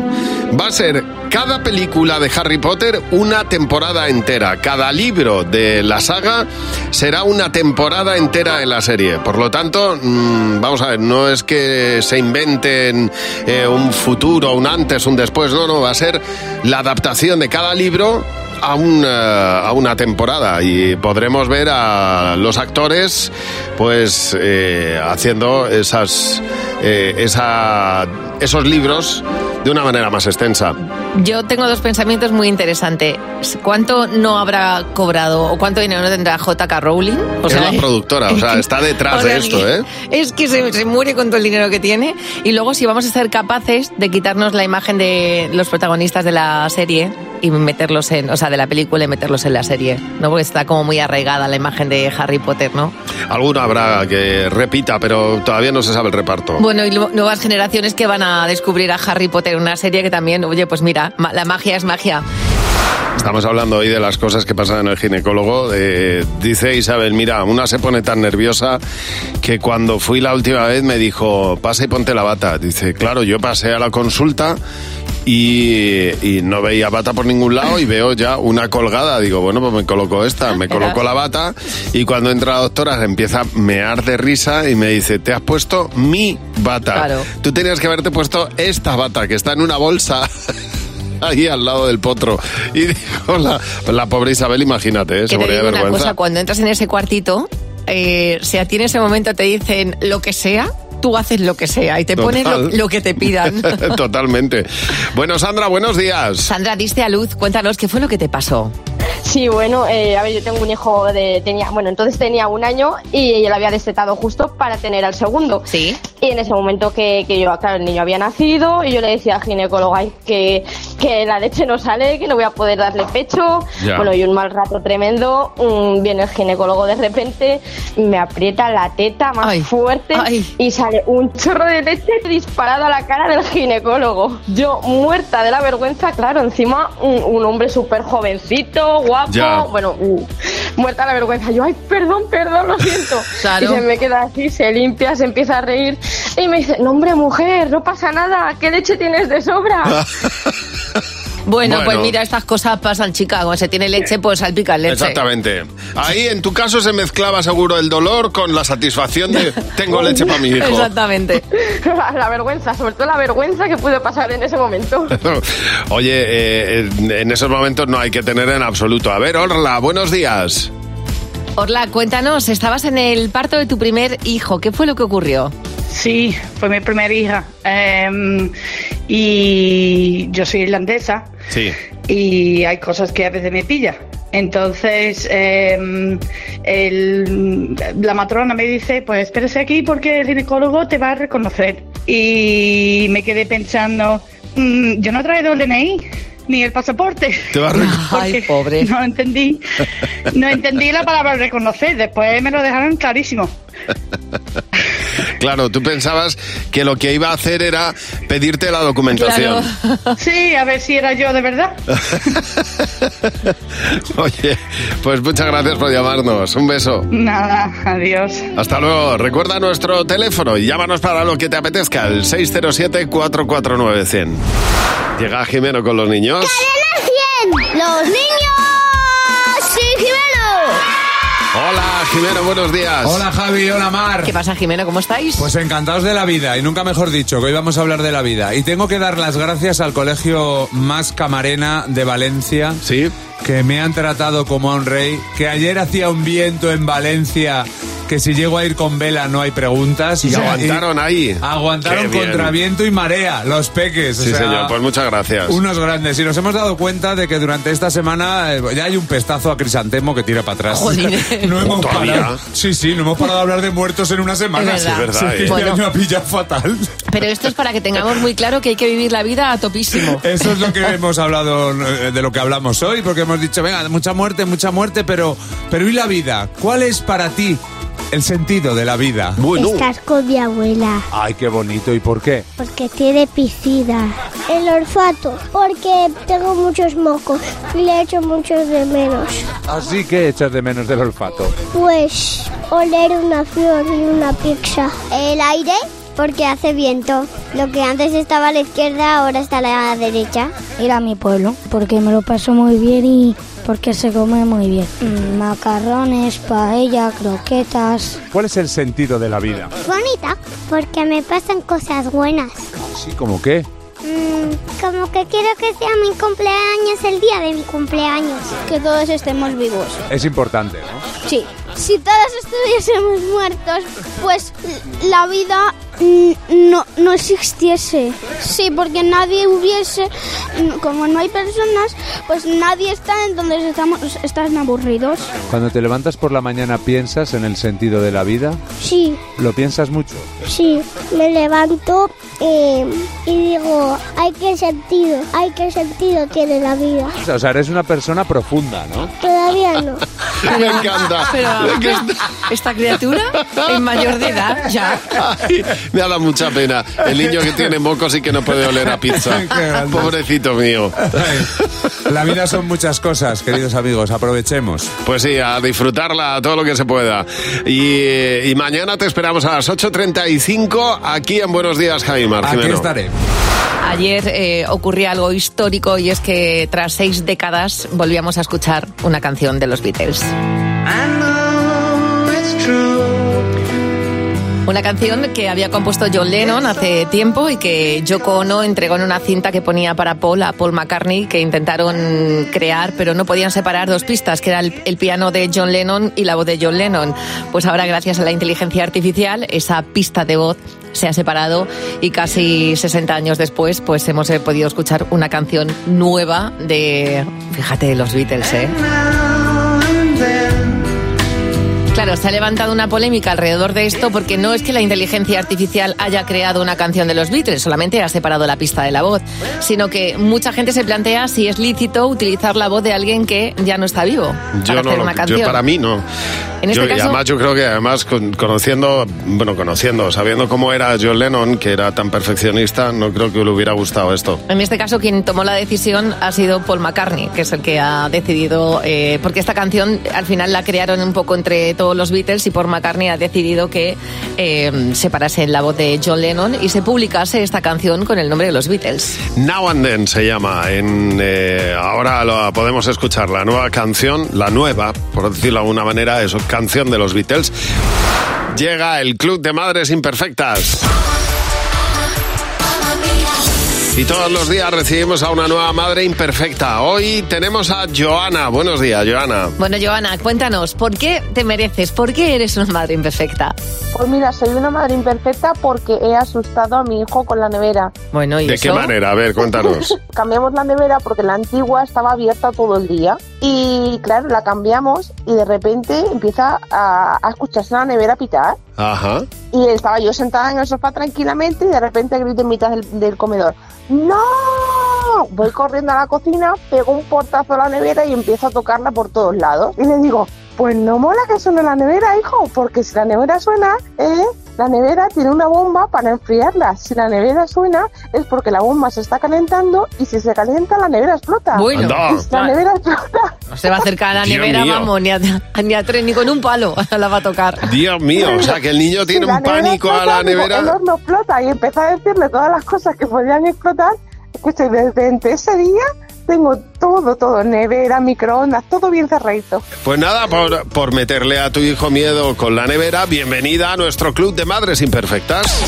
C: Va a ser cada película de Harry Potter una temporada entera. Cada libro de la saga será una temporada entera en la serie. Por lo tanto, mm, vamos a ver, no es que se inventen eh, un futuro, un antes, un después. No, no, va a ser la adaptación de cada libro a una, a una temporada y podremos ver a los actores pues eh, haciendo esas eh, esa, esos libros de una manera más extensa.
D: Yo tengo dos pensamientos muy interesantes. ¿Cuánto no habrá cobrado o cuánto dinero no tendrá JK Rowling? O
C: es la productora, o sea, está detrás
D: eh, o sea,
C: de esto, ¿eh?
D: Es que se, se muere con todo el dinero que tiene. Y luego, si vamos a ser capaces de quitarnos la imagen de los protagonistas de la serie y meterlos en, o sea, de la película y meterlos en la serie, ¿no? Porque está como muy arraigada la imagen de Harry Potter, ¿no?
C: Alguna habrá que repita, pero todavía no se sabe el reparto.
D: Bueno, y lo- nuevas generaciones que van a descubrir a Harry Potter, una serie que también, oye, pues mira, ma- la magia es magia.
C: Estamos hablando hoy de las cosas que pasan en el ginecólogo. Eh, dice Isabel, mira, una se pone tan nerviosa que cuando fui la última vez me dijo, pasa y ponte la bata. Dice, claro, yo pasé a la consulta y, y no veía bata por ningún lado y veo ya una colgada. Digo, bueno, pues me coloco esta, me coloco la bata y cuando entra la doctora se empieza a mear de risa y me dice, te has puesto mi bata.
D: Claro.
C: Tú tenías que haberte puesto esta bata que está en una bolsa ahí al lado del potro. Y dijo la, la pobre Isabel, imagínate, ¿eh?
D: que
C: se
D: te
C: moría de
D: digo una cosa,
C: vergüenza.
D: cuando entras en ese cuartito, eh, si a ti en ese momento te dicen lo que sea, tú haces lo que sea y te pones lo,
C: Total.
D: lo que te pidan.
C: Totalmente. Bueno, Sandra, buenos días.
D: Sandra, diste a luz, cuéntanos qué fue lo que te pasó.
A: Sí, bueno, eh, a ver, yo tengo un hijo de tenía, bueno, entonces tenía un año y yo lo había destetado justo para tener al segundo.
D: Sí.
A: Y en ese momento que, que yo, claro, el niño había nacido y yo le decía al ginecólogo, ay, que, que la leche no sale, que no voy a poder darle pecho.
E: Ya.
A: Bueno, y un mal rato tremendo. mm, viene el ginecólogo de repente, me aprieta la teta más fuerte y sale un chorro de leche disparado a la cara del ginecólogo. Yo muerta de la vergüenza, claro, encima un, un hombre súper jovencito, guapo,
E: Ya.
A: bueno, mm, muerta de la vergüenza. Yo, ay, perdón, perdón, lo siento.
E: Claro.
A: Y se me queda así, se limpia, se empieza a reír y me dice, no hombre, mujer, no pasa nada, ¿qué leche tienes de sobra?
D: Bueno, pues
C: Bueno.
D: mira, estas cosas pasan, chica. Cuando se tiene leche, pues salpica leche.
C: Exactamente. Ahí en tu caso se mezclaba seguro el dolor con la satisfacción de tengo leche para mi hijo.
D: Exactamente.
A: la, la vergüenza, sobre todo la vergüenza que pude pasar en ese momento.
C: Oye, eh, en- en esos momentos no hay que tener en absoluto. A ver, Orla, buenos días.
D: Orla, cuéntanos, estabas en el parto de tu primer hijo. ¿Qué fue lo que ocurrió?
E: Sí, fue mi primera hija. Em, y yo soy irlandesa
C: Sí.
E: y hay cosas que a veces me pilla. Entonces, em, el- la matrona me dice, pues espérese aquí porque el ginecólogo te va a reconocer. Y me quedé pensando, "Mm, yo no he traído el DNI ni el pasaporte.
C: Te va a
E: Ay, pobre. No entendí, no entendí la palabra reconocer, después me lo dejaron clarísimo.
C: Claro, tú pensabas que lo que iba a hacer era pedirte la documentación.
E: Sí, a ver si era yo de verdad.
C: Oye, pues muchas gracias por llamarnos. Un beso.
E: Nada, adiós.
C: Hasta luego. Recuerda nuestro teléfono y llámanos para lo que te apetezca, el 607-449-100. Llega Jimeno con los niños.
E: ¡Los niños! ¡Sí,
C: Hola, Jimeno, buenos días.
F: Hola Javi, hola Mar.
D: ¿Qué pasa, Jimeno? ¿Cómo estáis?
F: Pues encantados de la vida y nunca mejor dicho que hoy vamos a hablar de la vida. Y tengo que dar las gracias al colegio Más Camarena de Valencia.
C: Sí.
F: Que me han tratado como a un rey. Que ayer hacía un viento en Valencia. Que si llego a ir con vela no hay preguntas.
C: Y aguantaron ahí.
F: Aguantaron
C: Qué bien.
F: contra viento y marea, los peques. o
C: Sí,
F: sea,
C: señor, pues muchas gracias.
F: Unos grandes. Y nos hemos dado cuenta de que durante esta semana eh, ya hay un pestazo a Crisantemo que tira para atrás. No hemos
C: Todavía.
F: parado. Sí, sí, no hemos parado de hablar de muertos en una semana.
D: Es verdad. Sí, es verdad,
F: Sí,
D: eh.
F: este
D: Bueno.
F: año ha pillado fatal.
D: Pero esto es para que tengamos muy claro que hay que vivir la vida a topísimo.
F: Eso es lo que hemos hablado, eh, de lo que hablamos hoy, porque hemos dicho, venga, mucha muerte, mucha muerte, pero, pero ¿y la vida? ¿Cuál es para ti el sentido de la vida?
G: Estás con mi abuela,
F: Ay, qué bonito, ¿y por qué?
G: porque tiene piscina. El olfato, porque tengo muchos mocos y le echo muchos de menos.
F: Así que echas de menos del olfato.
G: Pues oler una flor y una pizza. El aire, porque hace viento. Lo que antes estaba a la izquierda, ahora está a la derecha.
X: Ir a mi pueblo, porque me lo paso muy bien y porque se come muy bien. Mm, Macarrones, paella, croquetas.
F: ¿Cuál es el sentido de la vida?
G: Bonita, porque me pasan cosas buenas.
F: Sí, ¿como qué?
G: Mm, como que quiero que sea mi cumpleaños el día de mi cumpleaños. Que todos estemos vivos.
F: Es importante, ¿no?
G: Sí. Si todos estuviésemos muertos, pues la vida mm, no, no existiese. Sí, porque nadie hubiese, mm, como no hay personas, pues nadie está, entonces estamos, están aburridos.
F: Cuando te levantas por la mañana piensas en el sentido de la vida,
G: Sí,
F: lo piensas mucho.
G: sí, me levanto eh, y digo, hay que sentido, hay que sentido tiene la vida.
F: O sea, eres una persona profunda, ¿no?
G: Toda todavía no.
C: Me encanta.
D: Pero
C: Es que está-
D: esta criatura es mayor de edad ya.
C: Ay, me ha dado mucha pena. El niño que tiene mocos y que no puede oler a pizza. Pobrecito mío.
F: La vida son muchas cosas, queridos amigos. Aprovechemos.
C: Pues sí, a disfrutarla todo lo que se pueda. Y, y mañana te esperamos a las 8.35 aquí en Buenos Días, Jaime Martínez.
F: Aquí estaré.
D: Ayer eh, ocurría algo histórico y es que tras seis décadas volvíamos a escuchar una canción de los Beatles. Una canción que había compuesto John Lennon hace tiempo y que Yoko Ono entregó en una cinta que ponía para Paul a Paul McCartney que intentaron crear pero no podían separar dos pistas que era el, el piano de John Lennon y la voz de John Lennon. Pues ahora gracias a la inteligencia artificial esa pista de voz se ha separado y casi 60 años después pues hemos eh, podido escuchar una canción nueva de fíjate de los Beatles, ¿eh? Claro, se ha levantado una polémica alrededor de esto porque no es que la inteligencia artificial haya creado una canción de los Beatles, solamente ha separado la pista de la voz, sino que mucha gente se plantea si es lícito utilizar la voz de alguien que ya no está vivo
C: Yo
D: para
C: no,
D: hacer
C: lo-
D: una
C: yo
D: canción.
C: para mí no.
D: En
C: Yo-
D: este
C: y
D: caso-
C: además yo creo que además con- conociendo, bueno, conociendo, sabiendo cómo era John Lennon, que era tan perfeccionista, no creo que le hubiera gustado esto.
D: En este caso, quien tomó la decisión ha sido Paul McCartney, que es el que ha decidido, eh, porque esta canción al final la crearon un poco entre todos los Beatles y Paul McCartney ha decidido que eh, separase la voz de John Lennon y se publicase esta canción con el nombre de los Beatles.
C: Now and Then se llama. En, eh, ahora lo- podemos escuchar la nueva canción, la nueva, por decirlo de alguna manera, es canción de los Beatles. Llega el Club de Madres Imperfectas. Y todos los días recibimos a una nueva madre imperfecta. Hoy tenemos a Joana. Buenos días, Joana.
D: Bueno, Joana, cuéntanos, ¿por qué te mereces? ¿Por qué eres una madre imperfecta?
O: Pues mira, soy una madre imperfecta porque he asustado a mi hijo con la nevera.
D: Bueno, ¿y
C: ¿De
D: eso?
C: qué manera? A ver, cuéntanos.
O: Cambiamos la nevera porque la antigua estaba abierta todo el día. Y claro, la cambiamos y de repente empieza a, a escucharse la nevera pitar.
C: Ajá.
O: Y estaba yo sentada en el sofá tranquilamente y de repente grito en mitad del, del comedor. ¡No! Voy corriendo a la cocina, pego un portazo a la nevera y empiezo a tocarla por todos lados. Y le digo, pues no mola que suene la nevera, hijo, porque si la nevera suena, ¿eh? La nevera tiene una bomba para enfriarla. Si la nevera suena es porque la bomba se está calentando y si se calienta la nevera explota.
D: Bueno. Anda.
O: Y si la nevera explota.
D: No se va a acercar a la
C: Dios
D: nevera,
C: mío.
D: vamos, ni a, ni a tres, ni con un palo la va a tocar.
C: Dios mío, o sea que el niño tiene
O: la
C: un
O: nevera
C: pánico a
O: explota,
C: la
O: digo, El
C: nevera.
O: horno explota y empezó a decirle todas las cosas que podían explotar. Escucha, y desde entre ese día tengo todo, todo, nevera, microondas, todo bien cerradito.
C: Pues nada, por, por meterle a tu hijo miedo con la nevera, bienvenida a nuestro Club de Madres Imperfectas.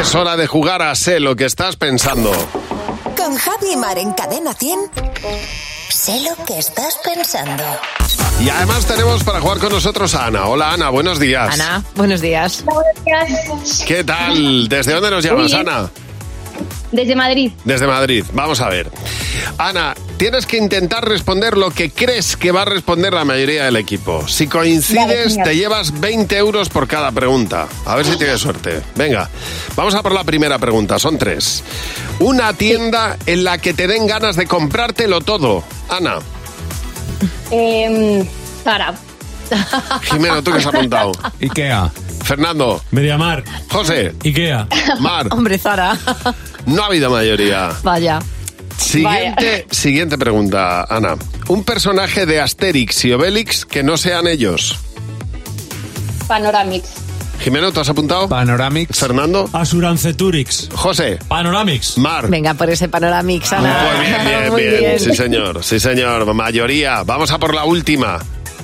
C: Es hora de jugar a sé lo que estás pensando.
Y: Con Javi Mar en Cadena 100. Sé lo que estás pensando.
C: Y además tenemos para jugar con nosotros a Ana. Hola Ana, buenos días.
D: Ana, buenos días.
C: ¿Qué tal? ¿Desde dónde nos llamas,
H: Muy bien.
C: Ana?
H: Desde Madrid.
C: Desde Madrid. Vamos a ver. Ana, tienes que intentar responder lo que crees que va a responder la mayoría del equipo. Si
H: Vale,
C: coincides,
H: señor.
C: te llevas 20 euros por cada pregunta. A ver si tienes suerte. Venga, vamos a por la primera pregunta. Son tres. Una tienda en la que te den ganas de comprártelo todo. Ana,
K: Em,
H: Eh, Zara.
C: Jimeno, tú que has apuntado. Ikea. Fernando. Mediamar. José. Ikea. Mar.
D: Hombre, Zara,
C: No ha habido mayoría.
D: vaya.
C: Siguiente, siguiente pregunta, Ana. Un personaje de Asterix y Obelix que no sean ellos.
H: Panoramix.
C: Jimeno, ¿tú has apuntado? Panoramix. Fernando. Asuranceturix. José. Panoramix. Mar. Ah, pues
D: Venga, por ese panoramix, Ana.
C: Bien,
D: Ah, Muy
C: bien,
D: bien.
C: Sí, señor. Sí, señor. Mayoría. Vamos a por la última.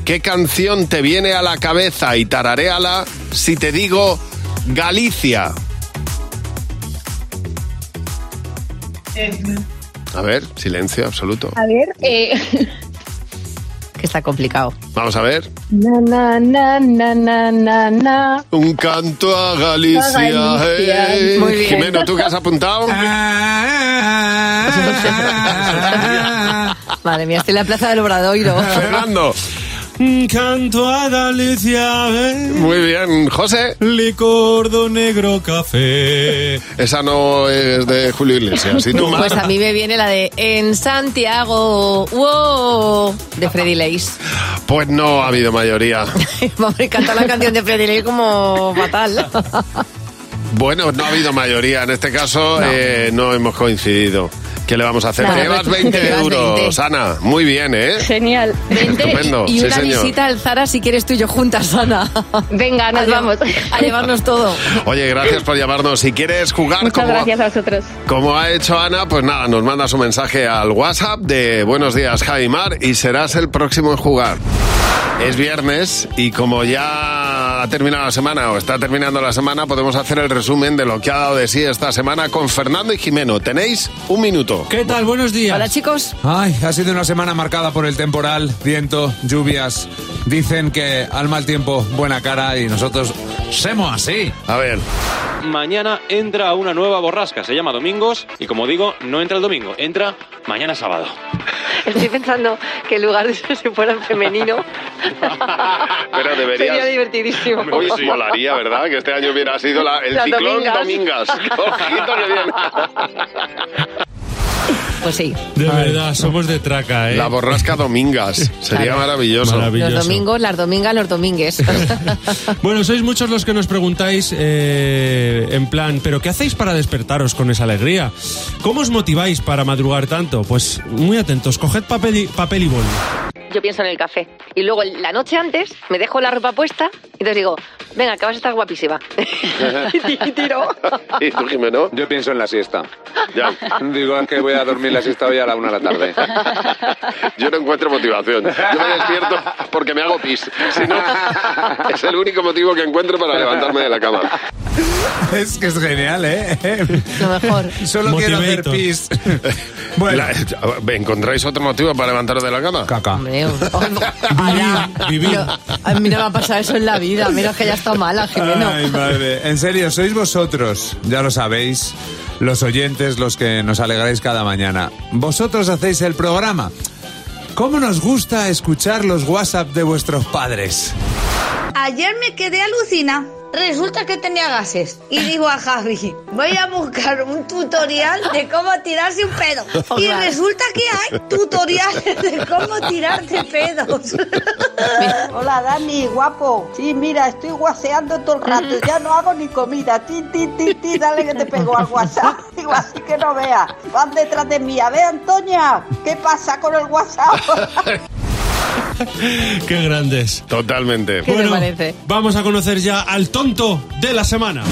C: ¿Qué canción te viene a la cabeza y tarareala si te digo Galicia? A ver, silencio absoluto.
H: a ver. Eh,
D: Que está complicado.
C: Vamos a ver.
H: na, na, na, na, na, na, na.
C: Un canto a Galicia.
H: A Galicia.
C: eh.
H: Muy bien.
C: Jimeno, ¿tú qué has apuntado?
P: Ah,
D: Madre mía, estoy en la plaza del Obradoiro.
C: Fernando.
P: Canto Andalucía.
C: Muy bien, José.
P: Licordo negro café.
C: Esa no es de Julio Iglesias, sino más.
D: Pues a mí me viene la de En Santiago, wow, de Freddy Leis.
C: Pues no ha habido mayoría.
D: Me encanta la canción de Freddy Leis como fatal.
C: Bueno, no ha habido mayoría. En este caso no, no hemos coincidido. ¿Qué le vamos a hacer?
D: Nada,
C: Te llevas
D: pero-
C: 20
D: te llevas
C: euros,
D: 20.
C: Ana. Muy bien, ¿eh?
D: Genial.
C: Estupendo,
D: Y
C: sí,
D: una
C: señor.
D: visita al Zara si quieres tú y yo juntas, Ana. Venga, nos vamos. A llevarnos todo.
C: Oye, gracias por llamarnos. Si quieres jugar
R: Muchas
C: como,
R: gracias a vosotros.
C: como ha hecho Ana, pues nada, nos mandas un mensaje al WhatsApp de Buenos días, Javi Mar, y serás el próximo en jugar. Es viernes y como ya ha terminado la semana o está terminando la semana, podemos hacer el resumen de lo que ha dado de sí esta semana con Fernando y Jimeno. Tenéis un minuto.
P: ¿Qué tal? Buenos días.
D: Hola, chicos.
F: Ay, ha sido una semana marcada por el temporal, viento, lluvias. Dicen que al mal tiempo, buena cara y nosotros somos así.
C: A ver.
P: Mañana entra una nueva borrasca, se llama Domingos, y como digo, no entra el domingo, entra mañana sábado.
I: Estoy pensando que en lugar de eso se fuera en femenino.
C: Pero deberías-
I: Sería divertidísimo.
C: Hombre, sí. molaría, ¿verdad? Que este año hubiera sido la- el
I: La
C: ciclón
I: Domingas.
C: Domingas. Ojito que bien.
D: Pues sí.
P: De verdad, somos de traca, ¿eh?
C: La borrasca Domingas. Sería
P: Claro.
C: maravilloso.
D: Los domingos, las domingas, los domingues.
P: Bueno, sois muchos los que nos preguntáis eh, en plan, ¿pero qué hacéis para despertaros con esa alegría? ¿Cómo os motiváis para madrugar tanto? Pues muy atentos, coged papel y, papel y boli.
I: Yo pienso en el café. Y luego la noche antes me dejo la ropa puesta y entonces digo, venga, que vas a estar guapísima. y tiro.
C: ¿Y tú, Jimeno?
J: Yo pienso en la siesta. Ya. Digo, es que voy a dormir la siesta hoy a la una de la tarde.
C: Yo no encuentro motivación. Yo me despierto porque me hago pis. Si no, es el único motivo que encuentro para levantarme de la cama.
F: Es que es genial, ¿eh?
D: Lo mejor.
F: Solo quiero hacer
C: Motivator.
F: pis.
C: La- ¿Encontráis otro motivo para levantaros de la cama?
F: Caca.
D: Hombre, oh, Pero a mí no me ha pasado eso en la vida, a menos que haya estado mala, Jimeno.
F: Ay, madre. En serio, sois vosotros, ya lo sabéis, los oyentes, los que nos alegráis cada mañana. Vosotros hacéis el programa. ¿Cómo nos gusta escuchar los WhatsApp de vuestros padres?
K: Ayer me quedé alucina. Resulta que tenía gases. Y digo a Javi, voy a buscar un tutorial de cómo tirarse un pedo. Y
D: Claro.
K: resulta que hay tutoriales de cómo tirarte pedos.
L: Hola Dani, guapo. Sí, mira, estoy guaseando todo el rato. Ya no hago ni comida. Ti, ti, ti, ti, dale que te pego al WhatsApp. Digo, así que no veas. Van detrás de mí. A ver, Antonia, ¿qué pasa con el WhatsApp?
P: ¡Qué grandes!
C: Totalmente.
D: ¿Qué te parece?
P: vamos a conocer ya al tonto de la semana.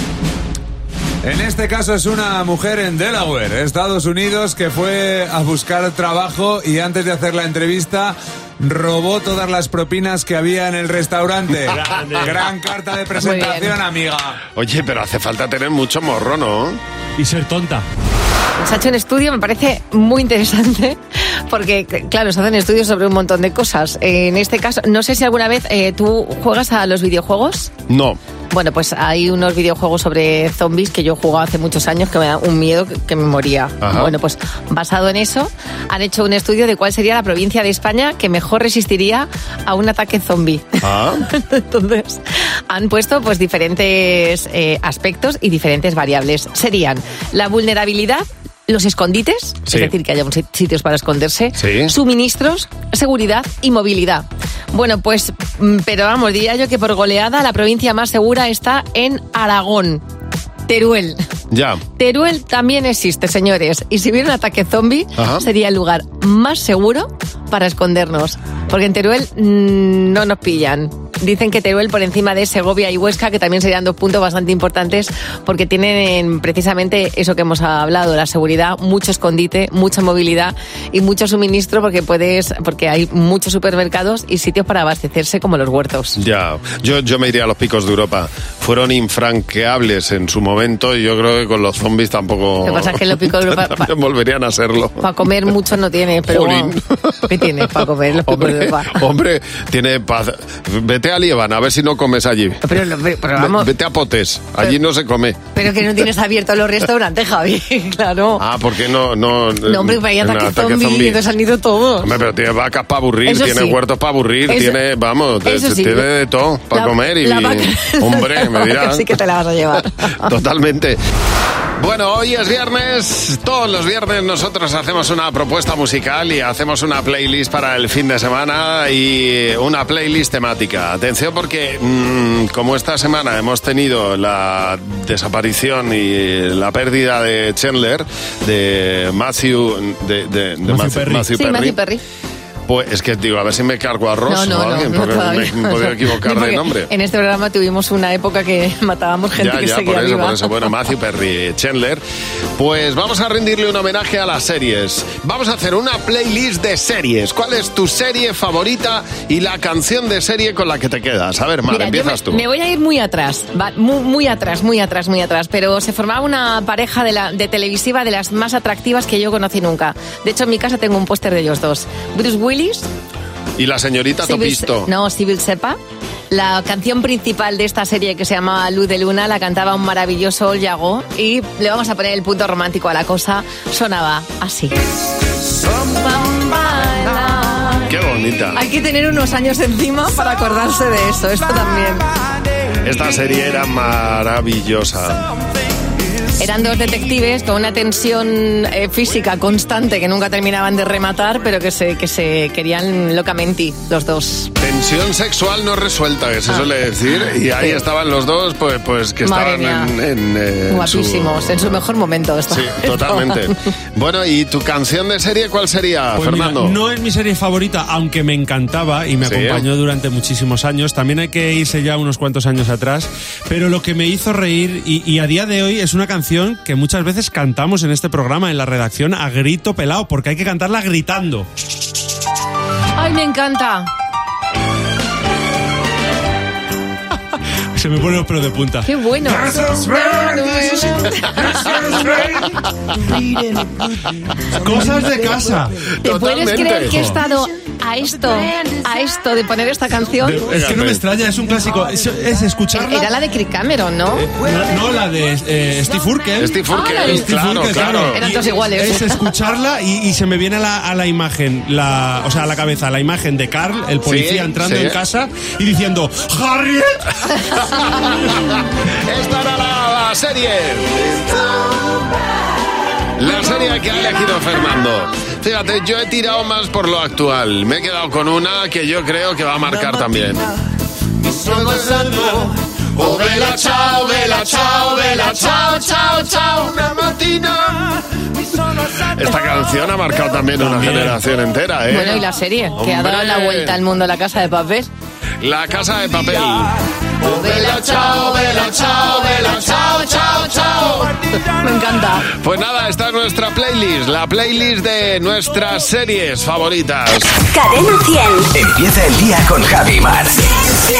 F: En este caso es una mujer en Delaware, Estados Unidos, que fue a buscar trabajo y antes de hacer la entrevista robó todas las propinas que había en el restaurante.
C: Grande.
F: Gran carta de
C: Muy
F: presentación,
C: bien.
F: amiga.
C: Oye, pero hace falta tener mucho morro, ¿no?
P: Y ser tonta.
D: Se ha hecho un estudio, me parece muy interesante, porque, c- claro, se hacen estudios sobre un montón de cosas. En este caso, no sé si alguna vez eh, tú juegas a los videojuegos.
C: No.
D: Bueno, pues hay unos videojuegos sobre zombies que yo jugaba hace muchos años que me da un miedo que- que me moría.
M: Ajá.
D: Bueno, pues basado en eso, han hecho un estudio de cuál sería la provincia de España que mejor resistiría a un ataque zombie.
C: Ah,
D: Entonces, han puesto pues diferentes eh, aspectos y diferentes variables. Serían la vulnerabilidad, los escondites,
M: Sí.
D: es decir, que haya un sit- sitios para esconderse,
M: Sí.
D: suministros, seguridad y movilidad. Bueno, pues, mm, pero vamos, diría yo que por goleada la provincia más segura está en Aragón, Teruel.
C: Ya.
D: Teruel también existe, señores. Y si hubiera un ataque zombie,
C: Ajá.
D: sería el lugar más seguro para escondernos. Porque en Teruel mm, no nos pillan. Dicen que Teruel por encima de Segovia y Huesca, que también serían dos puntos bastante importantes, porque tienen precisamente eso que hemos hablado, la seguridad, mucho escondite, mucha movilidad y mucho suministro, porque puedes, porque hay muchos supermercados y sitios para abastecerse como los huertos.
C: Ya, yo, yo me iría a los picos de Europa. Fueron infranqueables en su momento y yo creo que con los zombies tampoco.
D: Lo que pasa es que
C: Oh.
D: los picos de Europa-
C: también volverían a serlo.
D: Para comer mucho no tienes, pero
C: Jolín.
D: bueno, ¿qué tienes para comer? Los picos de
C: Hombre,
D: papa?
C: hombre, tiene paz. Vete vete a Líbano, a ver si no comes allí.
D: Pero, vamos-
C: Vete a Potes, allí no se come.
D: Pero que no tienes abiertos los restaurantes, Javi, claro.
C: Ah, porque no, no.
D: No, hombre, vaya
C: en
D: ataque
C: ataque
D: zombie,
C: zombie.
D: entonces han ido todos.
C: Hombre, pero tiene vacas para aburrir,
D: Eso
C: tiene
D: sí.
C: huertos para aburrir,
D: Eso-
C: tiene, vamos, te-
D: eso sí.
C: tiene de todo para
D: La-
C: comer y,
D: la vaca-
C: hombre,
D: la
C: me
D: vaca
C: dirán.
D: Sí que te la vas a llevar.
C: Totalmente. Bueno, hoy es viernes. Todos los viernes nosotros hacemos una propuesta musical y hacemos una playlist para el fin de semana y una playlist temática. Atención porque mm, como esta semana hemos tenido la desaparición y la pérdida de Chandler, de Matthew, de, de- de Matthew- Matthew
D: Sí,
C: Perry,
D: Matthew Perry.
C: Pues es que digo, a ver si me cargo a Ross
D: No, no,
C: o a
D: no,
C: alguien,
D: no,
C: porque
D: todavía.
C: me he podido equivocar
D: Sí,
C: de
D: porque
C: nombre.
D: En este programa tuvimos una época que matábamos gente
C: ya,
D: que
C: ya,
D: seguía
C: por eso,
D: viva.
C: por eso. Bueno, Matthew Perry, Chandler. Pues vamos a rendirle un homenaje a las series. Vamos a hacer una playlist de series. ¿Cuál es tu serie favorita y la canción de serie con la que te quedas? A ver, Mar,
D: Mira, yo
C: empiezas
D: me,
C: tú.
D: me voy a ir muy atrás, va- muy, muy atrás, muy atrás, muy atrás. Pero se formaba una pareja de, la, de televisiva de las más atractivas que yo conocí nunca. De hecho, en mi casa tengo un póster de ellos dos. Bruce Willis,
C: Y la señorita
D: Sybil-
C: Topisto.
D: no, Civil Sepa. La canción principal de esta serie que se llama Luz de Luna la cantaba un maravilloso Ol Yago y le vamos a poner el punto romántico a la cosa. Sonaba así.
C: Qué bonita.
D: Hay que tener unos años encima para acordarse de eso, esto también.
C: Esta serie era maravillosa.
D: Eran dos detectives con una tensión eh, física constante que nunca terminaban de rematar, pero que se, que se querían locamente los dos.
C: Tensión sexual no resuelta, que se suele decir. Y ahí estaban los dos, pues, pues que
D: Ah. Madre
C: estaban en,
D: mía.
C: en, eh, en su-
D: Guapísimos, en su mejor momento. esta-
C: Sí, totalmente. Bueno, ¿y tu canción de serie cuál sería,
E: Pues mira,
C: Ah, Fernando?
E: no es mi serie favorita, aunque me encantaba y me
C: Sí,
E: acompañó durante muchísimos años. También hay que irse ya unos cuantos años atrás. Pero lo que me hizo reír, y, y a día de hoy es una canción que muchas veces cantamos en este programa, en la redacción, a grito pelado, porque hay que cantarla gritando.
D: ¡Ay, me encanta!
E: Se me ponen los pelos de punta.
D: ¡Qué bueno!
E: Cosas de casa.
D: ¿Te puedes
E: Totalmente.
D: creer que he estado a esto, a esto de poner esta canción?
E: De- es que no me extraña, es un clásico. Es, es escucharla. Eh,
D: Era la de Kirk Cameron, ¿no?
E: No, no, la de eh, Steve Urkel.
C: Steve Urkel, Ah, la de- claro, claro.
D: Eran
E: Y
D: todos iguales.
E: Es escucharla y, y se me viene a la, a la imagen, la, o sea, a la cabeza, la imagen de Carl, el policía,
C: Sí,
E: entrando
C: sí.
E: en casa y diciendo ¡Harriet!
C: Esta era la serie. La serie que ha elegido Fernando. Fíjate, yo he tirado más por lo actual. Me he quedado con una que yo creo que va a marcar también.
S: Oh, vela, ciao, vela, ciao, vela, ciao, ciao, ciao, una mattina.
C: Esta canción ha marcado también una generación entera, ¿eh?
D: Bueno, y la serie, que ha dado la
C: Hombre.
D: vuelta al mundo, La Casa de Papel.
C: La casa de papel.
S: Oh, vela, ciao, vela, ciao, vela, ciao, ciao, ciao.
D: Me encanta.
C: Pues nada, esta es nuestra playlist, la playlist de nuestras series favoritas.
S: Cadena 100.
Z: Empieza el día con Javi Mar.
S: Cadena 100.